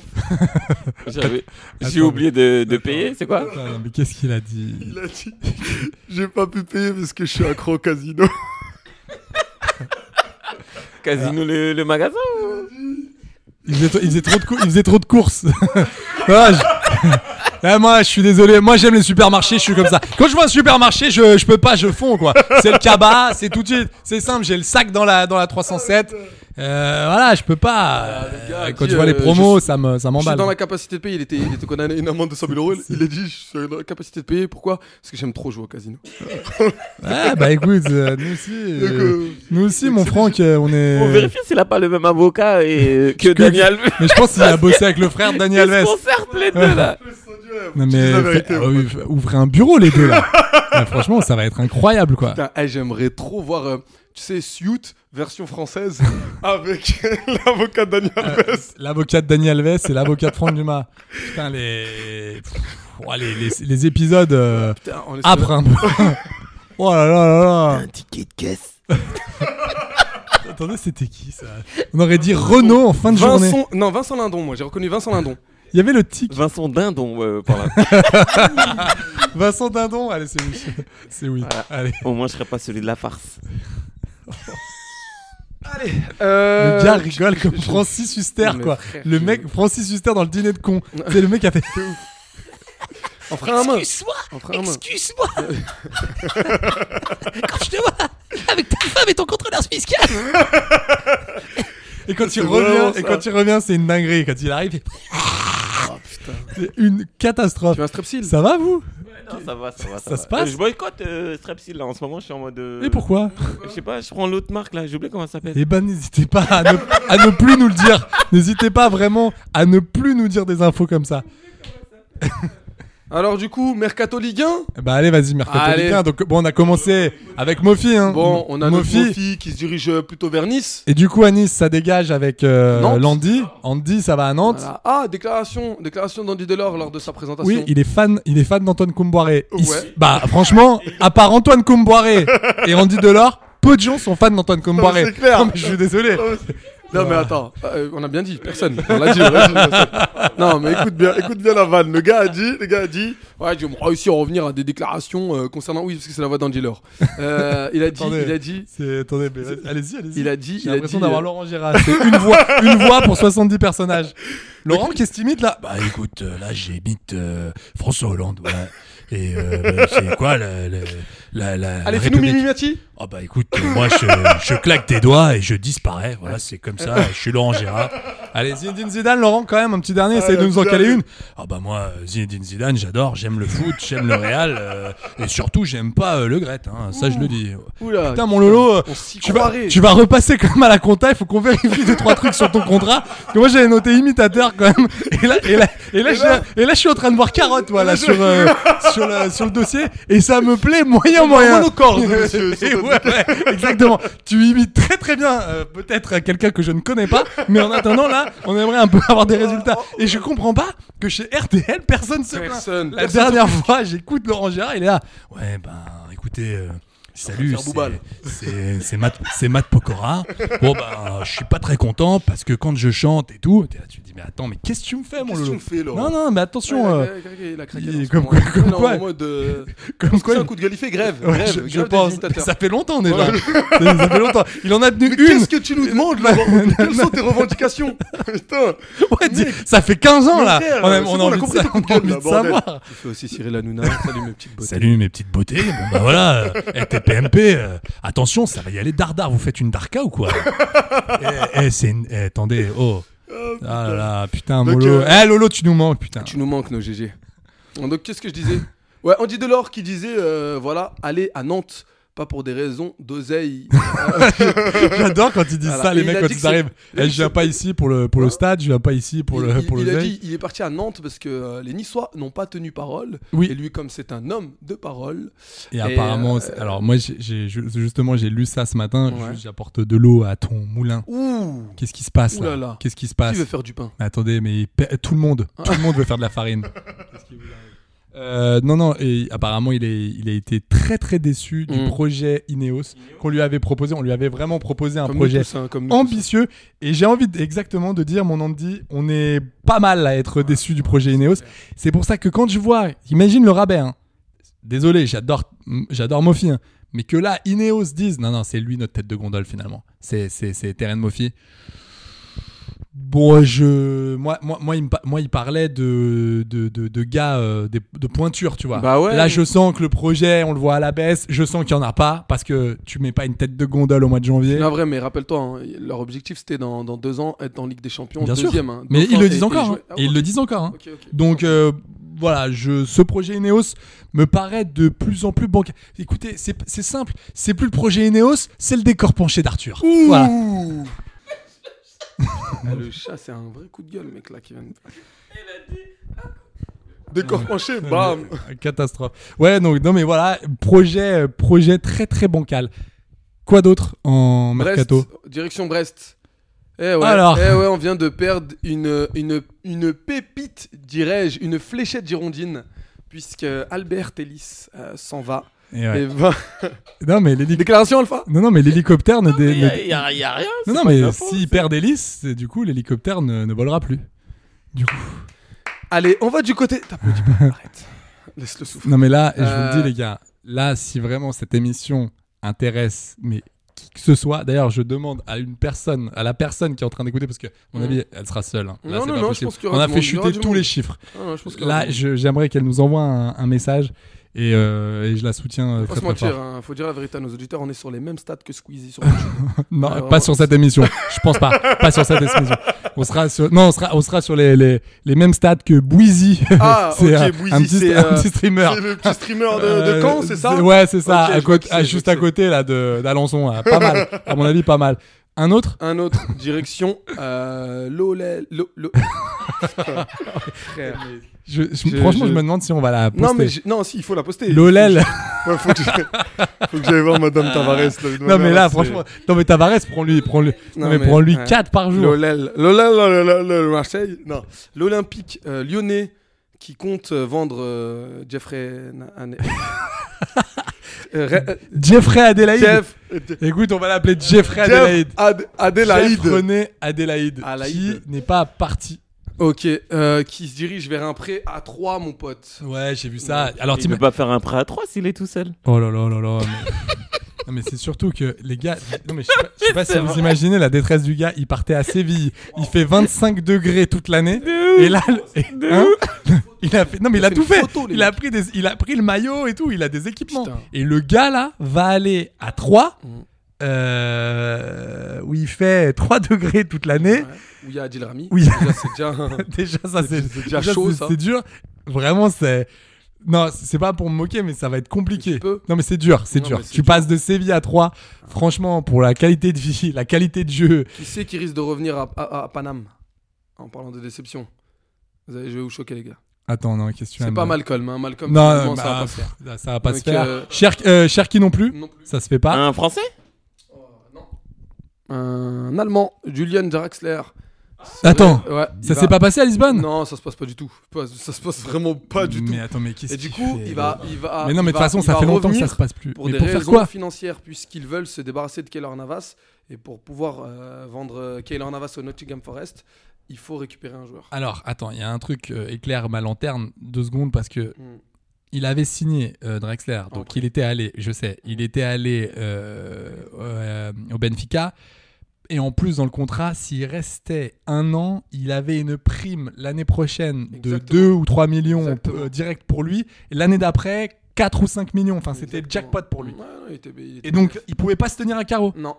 J'avais- J'ai
Attends,
oublié de, de payer, c'est quoi
Putain, Ah, non, mais qu'est-ce qu'il a dit
Il a dit J'ai pas pu payer parce que je suis accro au casino.
Casino le, le magasin
il faisait, trop- il faisait trop de cou- il faisait trop de courses. Ah, je- Ah, moi, je suis désolé. Moi, j'aime les supermarchés. Je suis comme ça. Quand je vois un supermarché, je, je peux pas, je fonds quoi. C'est le cabas, c'est tout de suite. C'est simple. J'ai le sac dans la dans la 307. Euh, voilà, je peux pas.
Ah, le gars
Euh,
a
Quand
dit,
tu vois les
euh,
promos,
je-
ça me ça
Je suis
m'emballe.
dans la capacité de payer. Il était, il était condamné à une amende de 100 000 euros. Il a dit Je suis dans la capacité de payer. Pourquoi Parce que j'aime trop jouer au casino.
Ouais, bah écoute, euh, nous aussi, euh,
Donc, euh,
nous aussi,
donc
mon
c'est
Franck, euh, on est.
Pour vérifier s'il a pas le même avocat et, que,
Que-
Daniel.
Mais je pense qu'il a bossé avec le frère de Daniel
Ils se
Alves.
concertent les deux là
Non mais
la vérité,
fa-
mon
euh, fa- ouvrez un bureau les deux là. Ouais, franchement, ça va être incroyable quoi.
Putain, eh, j'aimerais trop voir, euh, tu sais, Suit, version française, avec l'avocat Daniel Alves.
L'avocat de Daniel Alves et l'avocat de Franck Dumas. Putain les. Pff, oh, les, les- les épisodes euh,
Putain, on est sur-
âpres un peu. oh là là là là.
Ticket de caisse.
Attendez, c'était qui ça On aurait dit Renault en fin de journée.
Vincent... Non, Vincent Lindon, moi j'ai reconnu Vincent Lindon.
Il y avait le tic.
Vincent Dindon, euh, par là.
Vincent Dindon, allez, c'est oui. C'est oui. Allez.
Au moins, je serais pas celui de la farce.
Euh,
le gars rigole comme
je- je-
Francis Huster,
Euh, Non, mais
quoi.
frère,
le
je-
mec, Francis Huster dans le dîner de con. C'est le mec qui a fait.
On fera un main. On fera un main.
Excuse-moi Quand je te vois avec ta femme et ton contrôleur fiscal
Et quand il
C'est
revient,
vraiment
et
ça.
quand il revient, c'est une dinguerie. Quand il arrive, il fait-
Oh, putain.
c'est une catastrophe.
Tu veux un strepsil
Ça va vous
Non, ça va, ça va.
Ah Ça se passe
Je boycotte euh, Strepsil, là. En ce moment, je suis en mode. euh,
Et pourquoi
Je sais pas, je prends l'autre marque, là. J'ai oublié comment ça s'appelle.
Eh ben, n'hésitez pas à ne, à ne plus nous le dire. N'hésitez pas vraiment à ne plus nous dire des infos comme ça.
Alors du coup, Mercato Ligue 1
Bah allez, vas-y, mercato
Allez.
Ligue 1. Donc bon, on a commencé avec Mofi. Hein.
Bon, on a notre
Mofi.
Mofi qui se dirige euh, plutôt vers Nice.
Et du coup, à Nice, ça dégage avec euh,
Nantes.
Landy. Andy, ça va à Nantes.
Voilà. Ah, déclaration, déclaration d'Andy Delors lors de sa présentation.
Oui, il est fan, il est fan d'Antoine Comboiré. Il s-
Ouais.
Bah franchement, à part Antoine Comboiré et Andy Delors, peu de gens sont fans d'Antoine Comboiré.
c'est clair.
Non, mais je suis désolé.
Non mais attends, euh, on a bien dit, personne. On l'a dit, on l'a dit, personne. Non mais écoute bien, écoute bien la vanne. Le gars a dit, le gars a dit, ouais, je vais réussir à revenir à des déclarations euh, concernant, oui, parce que c'est la voix d'Andy Delors. Euh, il a dit,
Attendez.
il a dit,
C'est- Attendez, mais vas-y, allez-y, allez-y.
Il a dit-
J'ai
il a
l'impression
dit,
d'avoir
euh,
Laurent Gérard. C'est une voix, une voix pour 70 personnages. Laurent, qu'est-ce que t'imites là Bah écoute, euh, là j'imite euh, François Hollande. voilà. Et euh, bah, c'est quoi la, la, la, la- la
allez, fais-nous
République
Mimimati.
Ah bah écoute, euh, moi je, je claque tes doigts et je disparais. Voilà, c'est comme ça. Je suis Laurent Gérard. Allez, Zinedine Zidane, Laurent, quand même, un petit dernier, essaye de nous en caler une. Ah bah moi, euh, Zinedine Zidane, j'adore. J'aime le foot, j'aime le Real. euh, et surtout, j'aime pas euh, le Gret. Hein, ça, je le dis.
Oula,
Putain, mon Lolo, euh,
on s'y
tu vas,
croirait.
tu vas repasser quand même à la compta. Il faut qu'on vérifie deux, trois trucs sur ton contrat. Parce que moi, j'avais noté imitateur quand même. Et là, et là, et là, je, et là, je suis en train de voir carotte, voilà, sur, euh, sur, la- sur le dossier. Et ça me plaît moyen, moyen.
monocorde, monsieur, sur
Et
ton
ouais, ouais, exactement. Tu imites très, très bien, euh, peut-être quelqu'un que je ne connais pas. Mais en attendant, là, on aimerait un peu avoir des
Oh,
résultats. Et je comprends pas que chez RTL, personne se plaint.
Personne.
La
personne.
dernière fois, j'écoute Laurent Gérard, il est là. Ouais, ben, écoutez, euh, salut,
faire Boubal.
c'est- c'est c'est Matt, c'est Matt Pokora. Bon, ben, je suis pas très content parce que quand je chante et tout, t'es là, tu te dis, mais attends, mais qu'est-ce que tu me fais, mon
Qu'est-ce que
Lolo
tu me fais, Laurent
Non, non, mais
Ouais,
attention,
il a-
euh,
il a- il a craqué
il-
dans ce
comme-
moment.
comme- comme
Non,
quoi-
en mode. euh,
comme
C'est
quoi.
un coup de gueule, il fait grève,
Ouais,
grève,
je, je
grève des
pense.
imitateurs.
Ça fait longtemps déjà.
Ouais.
ça fait longtemps. Il en a tenu
Mais
une.
qu'est-ce que tu nous demandes, Laurent Quelles sont tes revendications Putain
Ouais, dis- ça fait 15 ans
Mon
là.
frère,
on a, on a
c'est bon, on a
envie de,
compris
sa-
tes coups de
on a
gueule,
envie
là,
de
bordel.
savoir.
Il fait aussi Cyril Hanouna, salut mes petites bottes.
Salut mes petites beautés. Bon bah voilà, euh, eh, TPMP. euh, attention, ça va y aller dardard. Vous faites une darka ou quoi Eh, eh, c'est une- eh, attendez. Oh. Ah là là, putain,
Donc,
Molo.
euh,
Eh, Lolo, tu nous manques, putain.
Tu nous manques, nos GG. Donc, qu'est-ce que je disais Ouais, Andy Delors qui disait, euh, voilà, aller à Nantes, pas pour des raisons d'oseille.
J'adore quand ils disent
Voilà.
ça,
Et
les
il
mecs,
a
quand
dit que
ils
c'est-
arrivent.
il a
Eh,
dit
je
que
viens pas ici pour le, pour le stade, je viens pas ici pour le,
il,
pour
il
le
a
zèle.
dit, il est parti à Nantes parce que euh, les Niçois n'ont pas tenu parole.
Oui.
Et lui, comme c'est un homme de parole,
Et,
Et,
apparemment,
euh,
c'est- alors moi, j'ai- j'ai- ju- justement, j'ai lu ça ce matin.
Ouais.
Juste, J'apporte de l'eau à ton moulin.
ouh,
Qu'est-ce qui se passe
Ouh
là,
là là.
Qu'est-ce qui se passe
qui veut faire du pain
Mais attendez, mais pe- tout le monde, tout le monde veut faire de la farine. Euh, non, non, et apparemment il, est, il a été très très déçu du
Mm.
projet Ineos qu'on lui avait proposé. On lui avait vraiment proposé un
Comme nous
projet
tous, hein, comme nous tous.
ambitieux. Et j'ai envie d- exactement de dire, mon Andy, on est pas mal à être déçu du projet Ineos. C'est pour ça que quand je vois, imagine le rabais. hein. Désolé, j'adore, m- j'adore Mofi, hein. mais que là, Ineos dise, non, non, c'est lui notre tête de gondole finalement. C'est, c'est, c'est Terren Mofi. Bon, je, moi, moi, moi, il me pa- moi, il parlait de, de, de, de gars, euh, des- de pointure, tu vois.
Bah ouais.
Là, je sens que le projet, on le voit à la baisse. Je sens qu'il y en a pas parce que tu mets pas une tête de gondole au mois de janvier.
Non, vrai, mais rappelle-toi, hein, leur objectif c'était dans, dans deux ans être en Ligue des Champions,
Bien sûr.
deuxième. hein.
Mais
Dauphin
ils le
et-
disent
et
encore. hein.
jouer- Ah
Et ils
ouais.
le disent encore. hein.
Ok, ok.
Donc euh, voilà, je, ce projet Ineos me paraît de plus en plus bancal. Écoutez, c'est c'est simple. C'est plus le projet Ineos, c'est le décor penché d'Arthur. Voilà.
Ah, le chat, c'est un vrai coup de gueule, mec, là, qui vient de. Décor penché, bam
Euh, Catastrophe. Ouais, donc non mais voilà, projet, euh, projet très très bancal. Quoi d'autre en
Brest,
mercato
direction Brest. Eh ouais,
Alors.
eh ouais, on vient de perdre une, une, une pépite, dirais-je, une fléchette girondine. puisque Albert Ellis euh, s'en va.
Et Eh ouais.
Et va-
Non, mais l'hélico-
Déclaration Alpha
non, non, mais l'hélicoptère ne. dé-
Il
ne-
y, a- y a rien.
Non,
euh, c'est
non,
pas de
mais
ma faute.
s'il perd l'hélice, c'est- du coup, l'hélicoptère ne, ne volera plus. Du coup.
Allez, on va du côté. T'applaudis pas, arrête. Laisse le souffler.
Non, mais là, et je vous
Euh.
le dis, les gars, là, si vraiment cette émission intéresse, mais qui que ce soit, d'ailleurs, je demande à une personne, à la personne qui est en train d'écouter, parce que, à mon avis, elle sera seule. hein. Là,
Mm. Non,
c'est pas
non, non, je
possible.
pense qu'il y aura
On a
du
fait
monde, il y aura
chuter
du
tous
monde.
les chiffres.
Ah, non, je pense que-
Là, je- j'aimerais qu'elle nous envoie un, un message et, euh, et je la soutiens euh,
Faut
très
pas se
très
mentir,
fort.
hein, faut dire la vérité à nos auditeurs, on est sur les mêmes stats que Squeezie sur YouTube.
Non,
Alors, euh,
pas sur cette émission. Je pense pas. Pas sur cette émission. On sera sur, non, on sera, on sera sur les, les, les mêmes stats que Bouizy.
Ah,
C'est
ok,
un-
Bouizy,
un, petit,
c'est,
un
euh,
petit streamer.
C'est le petit streamer de, de
Euh,
Caen, c'est ça
Ouais, c'est ça.
Ok,
à
je vois
côté-
qui
à-
c'est, je
juste
vois
à
qui
côté là de d'Alençon. là. Pas mal. À mon avis, pas mal. Un autre
Un autre, direction. Euh, Lolé- Lo- Lo- Frère.
Je- je-
Je-
Franchement,
je-
je me demande si on va la poster.
Non, mais j'ai- non, si, il faut la poster.
Lolel.
Ouais, faut que je- faut que j'aille voir Madame Tavares.
Non, mais là, franchement. Non, mais Tavares, prends-lui. Prends-lui.
Non,
Non, mais
mais-
prends-lui
ouais.
4 par jour.
Lolel, Lolel, Lolel, Lolel, Marseille. Non, l'Olympique euh, lyonnais qui compte euh, vendre euh, Jeffrey. Na- Ane- Euh, Re- euh,
Jeffrey Adélaïde.
Jeff. euh, Jeff
Écoute, on va l'appeler Jeffrey Adélaïde.
Ad-
Jeff
Adélaïde.
René Adélaïde.
Adélaïde.
Qui n'est pas parti.
Ok, euh, qui se dirige vers un prêt à 3, mon pote.
Ouais, j'ai vu ça. Alors,
Il
tu
peut pas faire un prêt à 3 s'il est tout seul.
Oh là là là là. mais- Non mais c'est surtout que les gars, non mais je sais pas, je sais pas si vous imaginez la détresse du gars, il partait à Séville,
Oh.
il fait 25 degrés toute l'année et là le- et- hein il a fait non mais il a
fait
tout
une
fait,
photo, les
il a
mecs.
pris des il a pris le maillot et tout, il a des équipements.
Putain. Mm.
Et le gars là va aller à 3 euh, où il fait 3 degrés toute l'année.
Où il y a Adil Rami.
Oui.
Déjà, c'est déjà. un-
Déjà, ça, c'est
c'est déjà
déjà,
chaud,
c'est-
ça.
C'est dur. Vraiment, c'est. Non, c'est c'est pas pour me moquer, mais ça va être compliqué.
Tu peux.
Non, mais c'est dur, c'est
Non,
dur.
mais c'est Ah.
Tu passes de Séville à 3. Franchement, pour la qualité de vie, la qualité de jeu.
Qui c'est qui risque de revenir à, à- à Paname En parlant de déception. Vous allez, je vais vous choquer, les gars.
Attends, non, qu'est-ce que tu viens
C'est
de
pas
me-
Malcolm. Hein. Malcolm,
Non,
finalement,
bah,
ça va pas se faire.
pff, ça va pas se
Donc,
faire.
euh, Mm.
Cher- euh, Cherki non plus.
Non plus.
Ça se fait pas.
Un français
Un Allemand, Julian Draxler. C'est
Attends,
vrai, ouais,
ça
il
s'est
va-
pas passé à Lisbonne
Non, ça se passe pas du tout. Pas- Ça se passe vraiment pas du tout.
Mais attends, mais qu'est-ce
Et du
qu'il
coup,
fait,
il
le-
va, il va.
Mais non, mais de
il
toute
va-
façon,
il
ça
va
fait longtemps que ça
revenir
se passe plus.
Pour
mais
des
pour faire
raisons
quoi
financières, puisqu'ils veulent se débarrasser de Keylor Navas et pour pouvoir euh, vendre euh, Keylor Navas au Nottingham Forest, il faut récupérer un joueur.
Alors, attends, il y a un truc euh, éclaire ma lanterne deux secondes parce que
Mm.
il avait signé euh, Drexler, donc
Ok.
il était allé, je sais, il était allé euh, euh, au Benfica. Et en plus, dans le contrat, s'il restait un an, il avait une prime l'année prochaine de
Exactement.
2 ou 3 millions
Exactement.
euh, direct pour lui. Et l'année d'après, 4 ou 5 millions. Enfin, c'était
Exactement.
jackpot pour lui.
Ouais, non, il était- il était-
Et donc, il pouvait pas se tenir à carreau.
Non.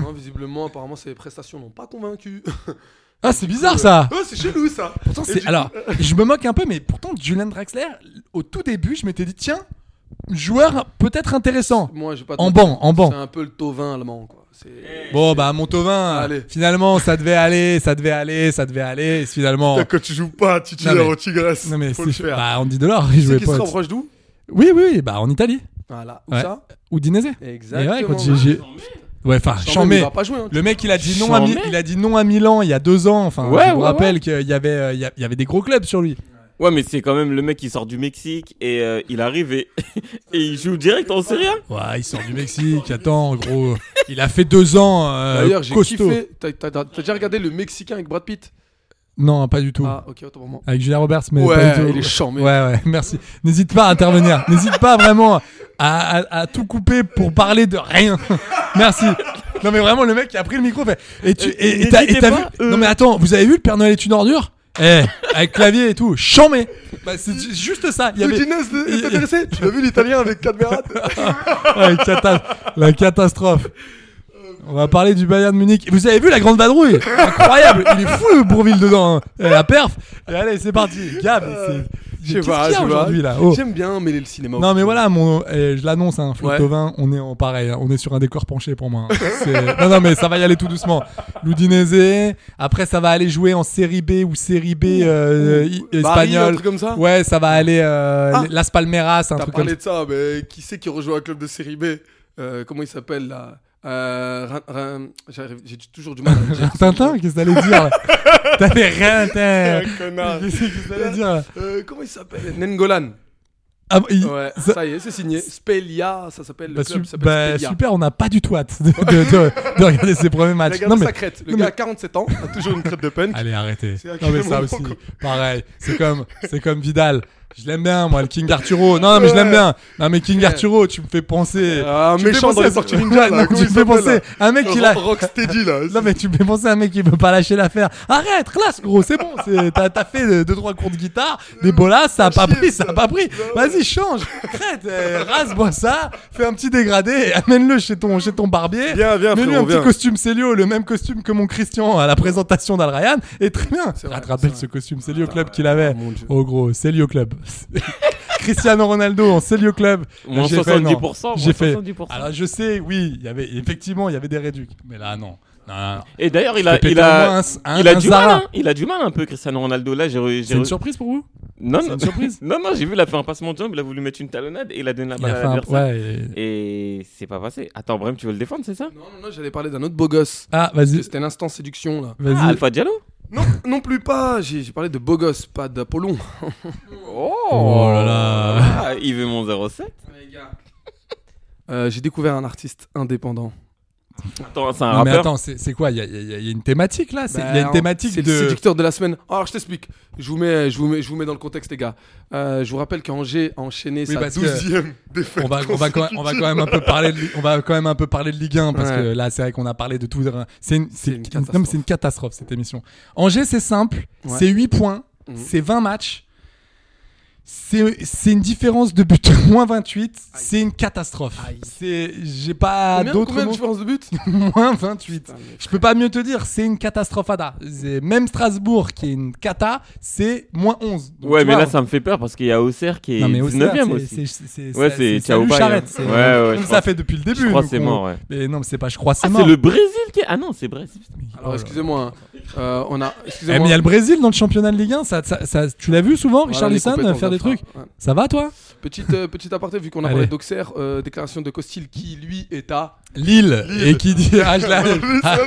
Non, visiblement, apparemment, ces prestations n'ont pas convaincu.
Ah, c'est bizarre ça!
oh, c'est chez nous ça
Pourtant, c'est- alors, je me moque un peu, mais pourtant, Julian Draxler, au tout début, je m'étais dit, tiens, joueur peut-être intéressant.
Moi, j'ai pas. de-
En banc, en banc.
C'est un peu le Tovin allemand, quoi. C'est.
Bon, bah, Montovin,
Allez.
finalement, ça devait aller, ça devait aller, ça devait aller, et finalement.
Quand tu joues pas, tu
Non, mais- au
Tigresse.
Non, mais c'est Bah, Andy Delors, il jouait
C'est qui se
pas.
rapproche d'où
Oui, oui, oui, bah, en Italie.
Voilà. Où
Ouais.
ça
Ou Dinese.
Exactement.
ouais, quand j'ai- j'ai- Ouais, enfin,
Chambé,
Chambé.
il va pas jouer. hein.
Le mec, il a dit non, à,
Chambé.
Mi- il a dit non à Milan il y a deux ans. Enfin,
Ouais,
je vous
ouais,
rappelle qu'il y avait, euh, il y a- il y avait des gros clubs sur lui.
Ouais, mais c'est quand même le mec qui sort du Mexique et euh, il arrive et, et il joue direct en Serie A.
Ouais, il sort du Mexique. Attends, gros, il a fait deux ans. euh,
D'ailleurs, j'ai
costaud.
kiffé. T'as- T'as t'as- t'as déjà regardé le Mexicain avec Brad Pitt
Non, pas du tout.
Ah, ok, autant pour moi.
Avec Julia Roberts, mais
Ouais,
pas du tout.
il est chiant, mais-
Ouais, ouais, merci. N'hésite pas à intervenir. N'hésite pas vraiment à, à- à tout couper pour parler de rien. merci. Non, mais vraiment, le mec qui a pris le micro fait. Et tu, et, et t'as, et
n'hésitez
t'as
pas,
vu.
euh.
Non, mais attends, vous avez vu le Père Noël est une ordure Eh, avec clavier et tout. Chambé Bah, c'est ju- juste ça. Il y avait.
Udinese est intéressé Tu l'as vu l'italien avec Cadmerat
Ouais, cata- La catastrophe. On va parler du Bayern de Munich. Vous avez vu la grande vadrouille Incroyable Il est fou le Bourville dedans. hein. Eh, La perf Et allez, c'est parti. Gab, c'est.
Euh, Je sais
Qu'est-ce
pas,
qu'il y a
je sais pas.
aujourd'hui, là Oh.
J'aime bien mêler le cinéma.
Non mais voilà, mon, eh, je l'annonce, hein, Flo
Ouais.
Thauvin, on est en pareil, hein, on est sur un décor penché pour moi. hein. C'est- non non mais ça va y aller tout doucement. L'Udinese, après ça va aller jouer en série B ou série B euh, i-
Bari, un
espagnole.
truc comme ça
Ouais, ça va aller euh,
Ah.
Las Palmeras, un
T'as
truc comme
parlé de ça, mais qui c'est qui rejoint un club de série B Euh, Comment il s'appelle là Euh, Ra- Ra- j'arrive- J'ai toujours du mal à le
ça.
dire.
Tintin, qu'est-ce que t'allais dire là T'avais rien, t'as-
Un connard.
Qu'est-ce que t'allais dire là
Euh, Comment il s'appelle Nengolan.
Ah, il-
Ouais,
ça-
ça y est, c'est signé. Spelia, ça s'appelle le
bah,
club.
su-
s'appelle
bah,
Spelia.
super, on n'a pas du tout hâte de, de- de- de regarder ces premiers matchs.
Regarde
Non, mais-
sa crête. Le
non,
gars
mais-
a 47 ans, a toujours une crête de punk.
Allez, arrêtez.
C'est
Non, mais ça
incroyablement
aussi,
con.
pareil. C'est comme, c'est comme Vidal. Je l'aime bien, moi, le King d'Arturo. Non, non, mais je l'aime bien. Non, mais King d'Arturo, tu me fais penser.
Ah, un
tu me fais
méchant
penser
dans
à-
les Tortues Ninja, là,
Non,
comment
tu
il
me fais
s'appelle,
penser
là
à un mec qui
Ro-
l'a.
Rocksteady, là.
Non, mais tu me fais penser à un mec qui peut pas lâcher l'affaire. Arrête, classe, gros, c'est bon. c'est- T'as t'as fait euh, deux, trois cours de guitare.
Euh,
Des bolas, ça a pas pris, ça a pas pris. Vas-y, change. Crête, euh, rase-moi ça. Fais un petit dégradé et amène-le chez ton, chez ton barbier.
Viens, viens,
Mets-lui
frérot,
un petit
viens.
costume Célio, le même costume que mon Christian à la présentation d'Al Ryan. Et très bien. Ça te rappelle ce costume
Ah,
Célio Club qu'il avait. Oh, gros, Célio Club. Cristiano Ronaldo en Célio Club.
Moins
J'ai fait,
70%,
non.
moins
J'ai fait.
70%.
Alors je sais, oui, il y avait effectivement, il y avait des réducs, mais là non. Non, non, non.
Et d'ailleurs, il
Je
a,
peux péter
il
au moins
a,
un-
il a
un
du
Zara.
mal. hein. Il a du mal un peu, Cristiano Ronaldo. Là, j'ai, re- j'ai
C'est une
re-
surprise pour vous
non, non,
une surprise
non, non, j'ai vu, il a fait un passement de jambe, il a voulu mettre une talonnade et il a donné la
Il
balle
a
à
fait un-
l'adversaire.
ouais, et-
Et c'est pas passé. Attends, Brem, tu veux le défendre, c'est ça
Non, non, non, j'allais parler d'un autre beau gosse.
Ah, vas-y,
C'était l'instant séduction, là.
vas-y.
Ah, Alpha Diallo
Non, non plus pas. J'ai j'ai parlé de beau gosse, pas d'Apollon.
Oh là là.
Ah, il veut mon 07
Euh, J'ai découvert un artiste indépendant.
Attends, c'est
Non,
un
mais
rappeur.
attends, c'est c'est quoi Il y, a- il y a- il y a une thématique là C'est- Il y a
Bah,
une thématique
C'est le
de.
séducteur de la semaine. Oh, Alors, je t'explique. Je vous mets, je vous mets, je vous mets dans le contexte, les gars. Euh, je vous rappelle qu'Angers a enchaîné sa
parce que-
12e défaite.
On va, on, va quand même, on va quand même un peu parler de, Li- on va quand même un peu parler de Ligue 1 parce
Ouais.
que là c'est vrai qu'on a parlé de tout c'est une, c'est
une
une-
catastrophe.
non, mais c'est une catastrophe cette émission Angers c'est simple c'est 8 points
Mhm.
c'est 20 matchs c'est c'est une différence de but moins 28 c'est une catastrophe c'est j'ai pas
Combien,
d'autres
combien de
mots Ah,
différence de but
moins 28. Je peux pas mieux te dire, c'est une catastrophe ADA. C'est- Même Strasbourg, qui est une cata, c'est moins 11. Donc,
Ouais,
tu
mais
vois,
là, ça me fait peur parce qu'il y a Auxerre qui est
non, mais au Sénat,
19ème
c'est-
aussi.
c'est- c'est-
Ouais,
ça-
c'est
salut
Tchaouba,
Charrette,
hein.
c'est-
Ouais, ouais, je
comme
crois-
ça fait depuis le début.
je crois
donc
c'est
on-
mort, ouais.
Mais non, mais c'est pas je crois c'est
Ah,
mort.
c'est le Brésil qui est. Ah non, c'est Brésil.
Oh là
Alors, excusez-moi. hein. Euh, on a.
Eh,
Excusez-moi.
mais il y a le Brésil dans le championnat de Ligue 1, ça, ça- ça- tu l'as vu souvent,
Voilà,
Richard
les
Lisson
compétences
faire des
d'infra.
trucs
Ouais.
Ça va toi
Petite, euh, petite aparté, vu qu'on a
Allez.
parlé d'Auxerre, euh, déclaration de Costil qui, lui, est à.
Lille, et qui dit Ah, je l'avais. Ah,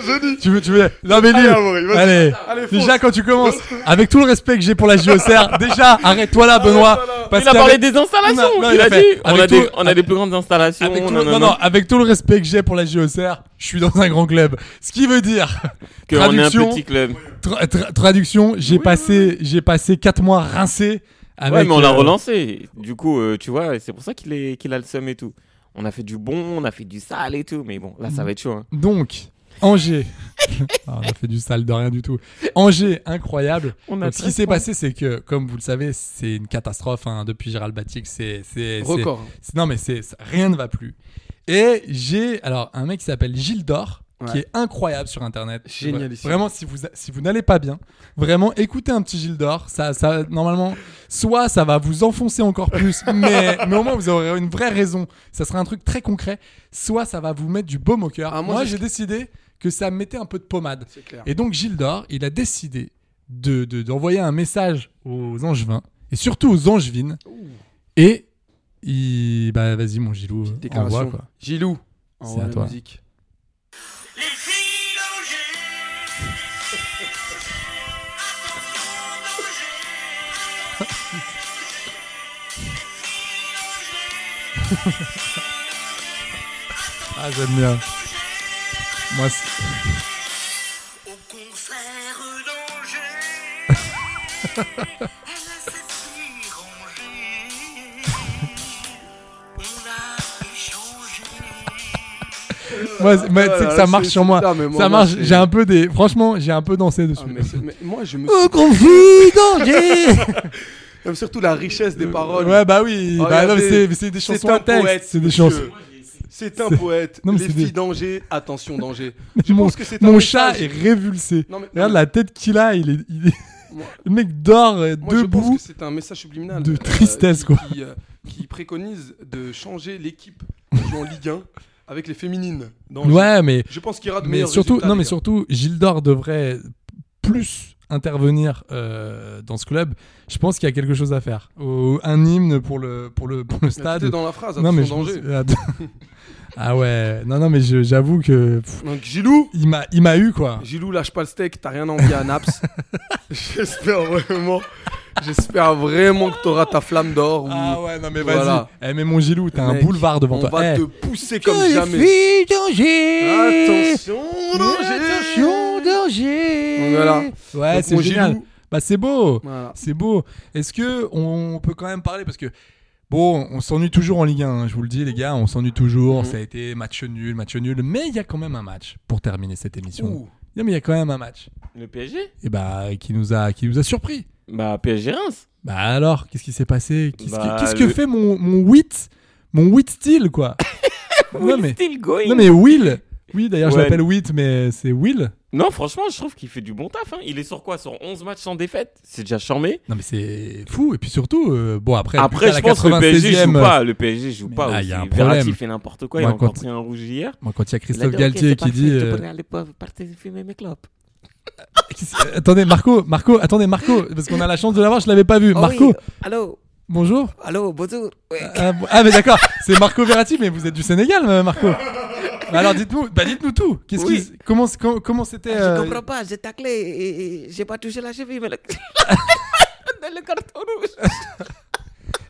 tu veux, tu veux. Non, mais Lille.
Amaury, vas-y.
Allez,
Allez, fonce.
déjà quand tu commences, avec tout le respect que j'ai pour la JOCR, déjà arrête-toi là, Benoît. parce
Il a
qu'avec-
parlé des installations.
Non, non,
il,
il
a
a
dit
fait-
on
avec
a, des,
tout-
on a des plus grandes installations.
Avec tout,
non, non, non.
avec tout le respect que j'ai pour la JOCR, je suis dans un grand club. Ce qui veut dire
Qu'on est un
traduction,
petit club.
tra- tra- traduction, j'ai passé, j'ai passé 4 mois rincé avec.
Ouais, mais on l'a
euh,
relancé. Du coup, euh, tu vois, c'est pour ça qu'il est, qu'il a le seum et tout. On a fait du bon, on a fait du sale et tout, mais bon, là, ça va être chaud. hein.
Donc, Angers. Ah, on a fait du sale de rien du tout. Angers, incroyable.
On a
Donc, ce qui
13
s'est
points.
passé, c'est que, comme vous le savez, c'est une catastrophe hein, depuis Gérald Batic. C'est c'est- c'est-
Record.
c'est- Non, mais c'est c'est- rien ne va plus. Et j'ai alors un mec qui s'appelle Gilles Dor. qui
Ouais.
est incroyable sur internet.
Génialissime.
Vraiment, si vous, si vous n'allez pas bien, vraiment écoutez un petit Gilles d'Or. Ça, ça, normalement, soit ça va vous enfoncer encore plus, mais, mais au moins vous aurez une vraie raison. Ça sera un truc très concret. Soit ça va vous mettre du baume au cœur.
Ah,
moi,
moi, j'ai-
j'ai décidé que ça me mettait un peu de pommade.
C'est clair.
Et donc Gilles d'Or, il a décidé de de- d'envoyer un message aux Angevins et surtout aux Angevines. Et il, bah vas-y mon Gilou, envoie
Déclaration.
quoi.
Gilou.
C'est
Envoie
à
la
toi.
musique.
Ah j'aime bien. Moi. c'est- Moi, c'est- moi, tu sais que ça
là, Ah, c'est-
marche sur moi.
putain, mais moi,
ça
moi,
marche.
c'est-
J'ai un peu des. Franchement, j'ai un peu dansé dessus.
Ah, mais c'est- mais moi, je me
Oh, confident, j'ai-
J'aime surtout la richesse des paroles. Oh,
Ouais, bah oui. bah,
Regardez,
non, mais c'est, mais c'est des
c'est
chansons
un
à texte.
poète,
c'est des
monsieur.
chansons.
C'est un poète.
Non, mais
Les
c'est
filles
des-
d'Angers, attention danger. Je
Mon,
pense que c'est un
mon
message.
chat est révulsé.
Non, mais-
Regarde
non, mais-
la tête qu'il a. Il est, il est-
Moi-
Le mec dort euh,
Moi, je pense
debout.
que c'est un message subliminal. euh,
de tristesse,
qui-
quoi.
Qui, euh, qui préconise de changer l'équipe qui joue en Ligue 1 avec les féminines. d'Angers.
Ouais, mais
Je pense qu'il y aura de
mais
meilleurs
surtout,
résultats,
non,
les
mais
gars.
surtout, Gildor devrait plus intervenir euh, dans ce club. Je pense qu'il y a quelque chose à faire. Au- un hymne pour le pour le pour le
Mais tout
stade.
est dans la phrase, hein,
non mais
attention
je
danger.
pense- Attends. ah ouais. Non non mais je- j'avoue que pff,
Donc Gilou,
il m'a
Ah.
il m'a eu quoi.
Gilou lâche pas le steak, t'as rien envie à Naps. J'espère vraiment. J'espère vraiment que t'auras ta flamme d'or. ou-
Ah ouais, non mais vas-y.
Voilà.
Eh, mais mon Gilou, t'as un
Mec,
boulevard devant
On
toi.
va
Eh,
te pousser comme jamais. Attention,
Mmh.
danger.
danger.
Voilà.
Ouais,
Donc,
c'est
mon
génial.
Gilou.
Bah c'est beau.
Voilà.
C'est beau. Est-ce que on peut quand même parler parce que bon, on s'ennuie toujours en Ligue 1. hein, je vous le dis, les gars, on s'ennuie toujours.
Mhm.
Ça a été match nul, match nul. Mais il y a quand même un match pour terminer cette émission.
Ouh.
Non, mais il y a quand même un match.
Le PSG
Et bah qui nous a qui nous a surpris.
Bah, PSG Reims.
Bah alors, qu'est-ce qui s'est passé Qu'est-ce
Bah,
que, qu'est-ce
le-
que fait mon mon wit mon wit style quoi Non mais
Still going.
non mais Will. Oui, d'ailleurs, je
Ouais.
l'appelle Wit, mais c'est Will.
Non, franchement, je trouve qu'il fait du bon taf. hein. Il est sur quoi Sur 11 matchs sans défaite C'est déjà charmé.
Non, mais c'est fou. Et puis surtout, euh, bon, après,
Après,
putain,
je
la euh,
pense que le PSG
96e,
joue pas. Le PSG joue
Mais
pas.
là,
aussi.
il y a un
Verratti
problème.
fait n'importe quoi. Il
Moi,
a encore
quand-
pris un rouge hier.
Moi, quand il y a
Il a
Christophe
dit, Ok,
Galtier
c'est
qui
parfait,
dit.
je te
euh,
prenais à l'époque, partez fumer mes clopes.
qu'est-ce- euh, attendez, Marco, Marco, attendez, Marco, parce qu'on a la chance de l'avoir, je l'avais pas
Oh
vu. Ah Marco,
euh, Allô,
bonjour.
allô, bonjour.
Ah, bon- ah, mais d'accord, c'est Marco Verratti, mais vous êtes du Sénégal, euh, Marco. Bah alors, dites-nous bah, dites tout. Qu'est-ce
Oui.
qui, comment, comment, comment c'était.
Ah,
euh,
pas, j'ai taclé et, j'ai pas touché la cheville, mais le... carton rouge.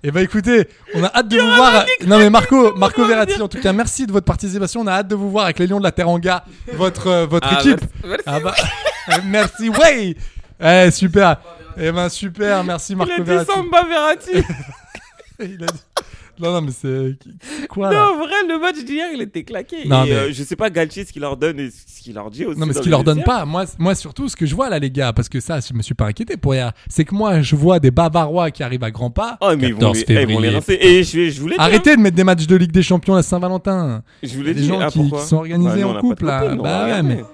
Eh bah écoutez, on a hâte de vous voir. Non mais Marco, Marco Verratti, en tout cas, merci de votre participation. On a hâte de vous voir avec les Lions de la Teranga, votre euh, votre
Ah,
équipe.
merci,
Ah bah, merci, ouais. Eh super. Eh ben super, merci Marco
Il a dit
Verratti.
Samba Verratti.
Il a dit- Non non mais c'est c'est quoi là
Non, en vrai, le match d'hier, il était claqué.
Non,
et,
mais-
euh, je sais pas Galtier ce qu'il leur donne et ce qu'il leur dit aussi.
Non mais ce
dans
qu'ils
le
leur donne
vestiaire.
pas, moi, moi surtout ce que je vois là les gars, parce que ça je me suis pas inquiété pour hier, c'est que moi je vois des Bavarois qui arrivent à grands pas.
Oh, mais ils vont
14
les, eh, ils vont les
février.
rincer. Et je, je voulais dire-
Arrêtez de mettre des matchs de Ligue des Champions à Saint-Valentin.
Je voulais
Des
dire,
gens
ah,
qui-
pourquoi
qui sont organisés
Bah, nous,
en
on a
couple,
pas de
là.
copine, on va
Bah, ouais,
regarder.
mais-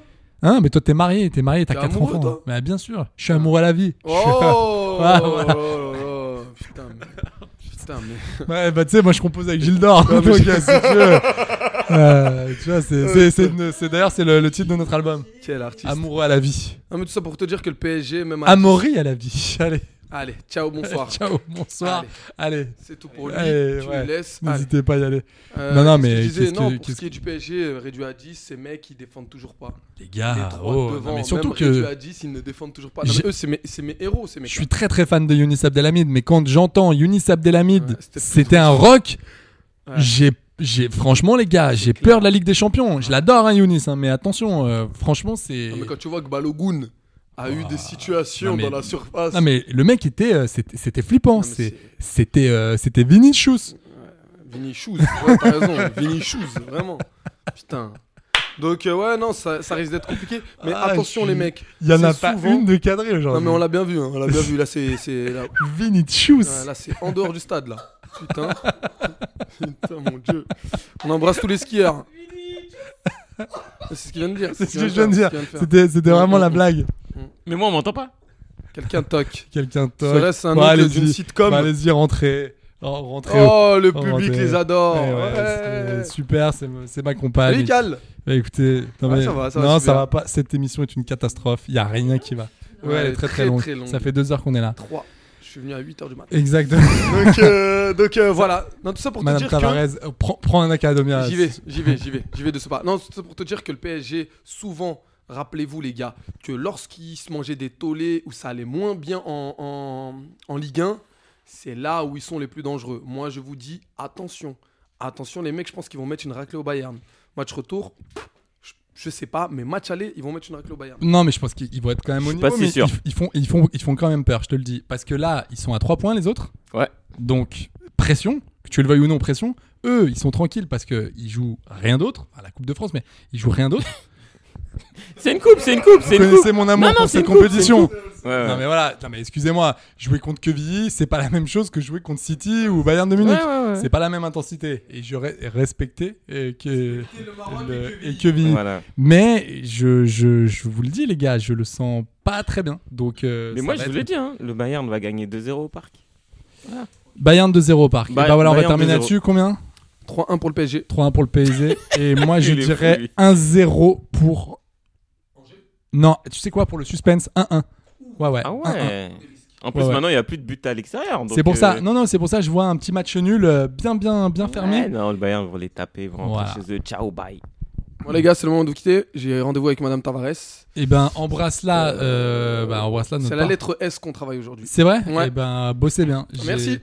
Hein, mais toi t'es marié, t'es marié, t'as quatre
amoureux,
enfants.
toi
Bah bien sûr, je suis amoureux à la vie. Je suis-
Oh,
Ah,
oh,
voilà.
oh, oh, oh, Putain, mais- putain, mais-
Ouais, bah tu sais, moi je compose avec Gildor. donc, euh, si tu veux. Euh, tu vois, c'est- c'est- c'est une- c'est- d'ailleurs c'est le, le titre de notre album.
quel artiste.
Amoureux à la vie.
Ah, mais tout ça pour te dire que le PSG, même. à-
Amaury à la vie. Allez,
Allez, ciao, bonsoir.
ciao, bonsoir. Allez,
C'est tout pour lui.
Allez,
tu
ouais.
le laisses. Allez.
n'hésitez pas à y aller.
Euh,
Non, non,
qu'est-ce que
mais
je disais,
qu'est-ce
non,
que-
pour ce
qu'est-ce
qui est du PSG, euh, réduit à 10, ces mecs, ils défendent toujours pas.
Les gars,
les trois
oh,
devant,
non, mais surtout
même réduits
que
à 10, ils ne défendent toujours pas. Non, mais
J'ai-
eux, c'est mes, c'est mes héros, ces mecs.
je suis très très fan de Younis Abdelhamid, mais quand j'entends Younis Abdelhamid,
Ouais, c'était
c'était
plutôt-
un rock.
Ouais. euh,
J'ai, j'ai, franchement, les gars, j'ai peur de la Ligue des Champions. Je l'adore, hein, Younis, hein, mais attention, euh, franchement, c'est.
Non, mais quand tu vois que Balogun a eu des situations
Non, mais-
dans la surface.
Non, mais le mec était, euh, c'était, c'était flippant.
Non, mais
c'est,
c'est-
c'était, euh, c'était Vinicius.
Vinicius, ouais, t'as raison, Vinicius, vraiment. Putain. Donc, euh, ouais, non, ça, ça risque d'être compliqué. Mais
Ah,
attention,
je-
les mecs.
Il y en
c'est
a pas
souvent-
une de cadrée
Non,
aujourd'hui.
mais on l'a bien vu, hein, on l'a bien vu. Là, c'est c'est- là,
Vinicius.
Ouais, là, c'est en dehors du stade, là. Putain. Putain, mon dieu. On embrasse tous les skieurs. C'est ce qu'il vient de dire.
c'est ce que
qu'il
je viens de dire.
c'est ce qu'il vient de faire.
C'était, c'était vraiment la
Mm, mm,
blague.
Mais moi, on m'entend pas.
Quelqu'un toque.
Quelqu'un toque.
Serait-ce un
Bon,
oncle
Bah, allez-y.
d'une sitcom
Bon, allez-y, rentrez. Oh, rentrez.
Oh, le
Oh,
public
rentrez.
les adore.
Ouais, ouais,
Ouais.
c'est Super, c'est, c'est ma compagne.
Salut, Cal.
Bah écoutez, non,
Ouais,
mais-
ça va, ça va,
non,
c'est
ça
bien.
va pas. Cette émission est une catastrophe. Il y a rien qui va. Ouais, elle est très très, longue. Ça fait deux heures qu'on est là.
3. Je suis venu à 8h du matin.
Exactement.
donc, euh, donc euh, voilà. Non, tout ça pour
Madame
te dire que.
Tavares, euh, prends, prends un académia.
J'y vais, j'y vais, j'y vais, j'y vais de ce pas. Non, c'est pour te dire que le PSG, souvent, rappelez-vous les gars, que lorsqu'ils se mangeaient des tollés ou ça allait moins bien en, en, en Ligue 1, c'est là où ils sont les plus dangereux. Moi, je vous dis, attention. Attention, les mecs, je pense qu'ils vont mettre une raclée au Bayern. Match retour, je, je sais pas, mais match aller, ils vont mettre une raclée au Bayern.
Non, mais je pense qu'ils ils vont être quand même
Je
au
suis
niveau.
pas si
mais
sûr.
Ils, ils font, ils, font, ils font quand même peur, je te le dis. Parce que là, ils sont à 3 points les autres.
Ouais.
Donc, pression, que tu le veuilles ou non, pression. Eux, ils sont tranquilles parce qu'ils jouent rien d'autre. Enfin, la Coupe de France, mais ils jouent rien d'autre.
C'est une coupe, c'est une coupe, c'est
Vous
une coupe.
connaissez mon amour
Non, non,
pour
c'est
cette
une coupe,
compétition.
Ouais, ouais.
Non mais voilà, non mais excusez-moi, jouer contre Quevilly, c'est pas la même chose que jouer contre City ou Bayern de Munich. C'est pas la même intensité. Et je re- respectais euh, que le- et Quevilly.
Voilà.
Mais je, je, je vous le dis les gars, je le sens pas très bien. Donc euh,
Mais
ça
moi,
va
je vous
être-
l'ai dit, hein, le Bayern va gagner 2-0 au parc.
Bayern de 0 au parc. Et
Ba-
bah voilà, on va
Bayern
terminer
2-0.
là-dessus. Combien
3-1 pour le PSG.
3-1 pour le PSG et moi je
Il est fou,
dirais
lui.
1-0 pour Non, tu sais quoi pour le suspense 1-1. Ouais ouais.
Ah
1-1.
ouais. En plus,
Ouais, ouais.
maintenant, il n'y a plus de but à l'extérieur. donc,
C'est pour ça.
euh,
Non non, c'est pour ça je vois un petit match nul euh, bien bien bien fermé.
ouais, non, le Bayern va les taper, ils vont rentrer
Voilà.
chez eux. Ciao, bye.
Bon, les gars, c'est le moment de vous quitter. J'ai rendez-vous avec Madame Tavares.
Eh ben, embrasse-la. euh, bah, embrasse-la. de
C'est
notre
la
part.
lettre S qu'on travaille aujourd'hui.
C'est vrai
Ouais.
Eh ben, bossez bien. J'ai-
Merci.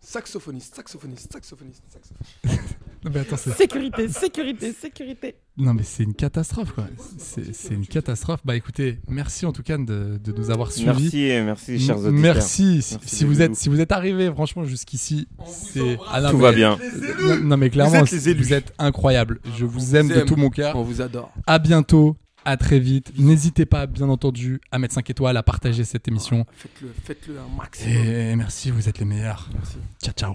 Saxophoniste, saxophoniste, saxophoniste, saxophoniste.
Non, mais attends, c'est-
Sécurité, sécurité, sécurité.
Non, mais c'est une catastrophe, quoi. C'est c'est une catastrophe. Bah, écoutez, merci en tout cas de, de nous avoir suivis.
Merci, euh, merci, chers auditeurs.
Merci. Si,
Merci
si
les
vous êtes,
bisous.
si vous êtes arrivé, franchement, jusqu'ici, c'est Ah, non,
Tout
mais-
va bien.
Non, non, mais clairement,
êtes les élus.
vous êtes incroyable. Je vous aime
vous
de
aime.
tout mon cœur.
On vous adore.
À bientôt. À très vite. N'hésitez pas, bien entendu, à mettre 5 étoiles, à partager cette émission.
Faites-le, faites-le un maximum.
Et merci, vous êtes les meilleurs. Ciao, ciao.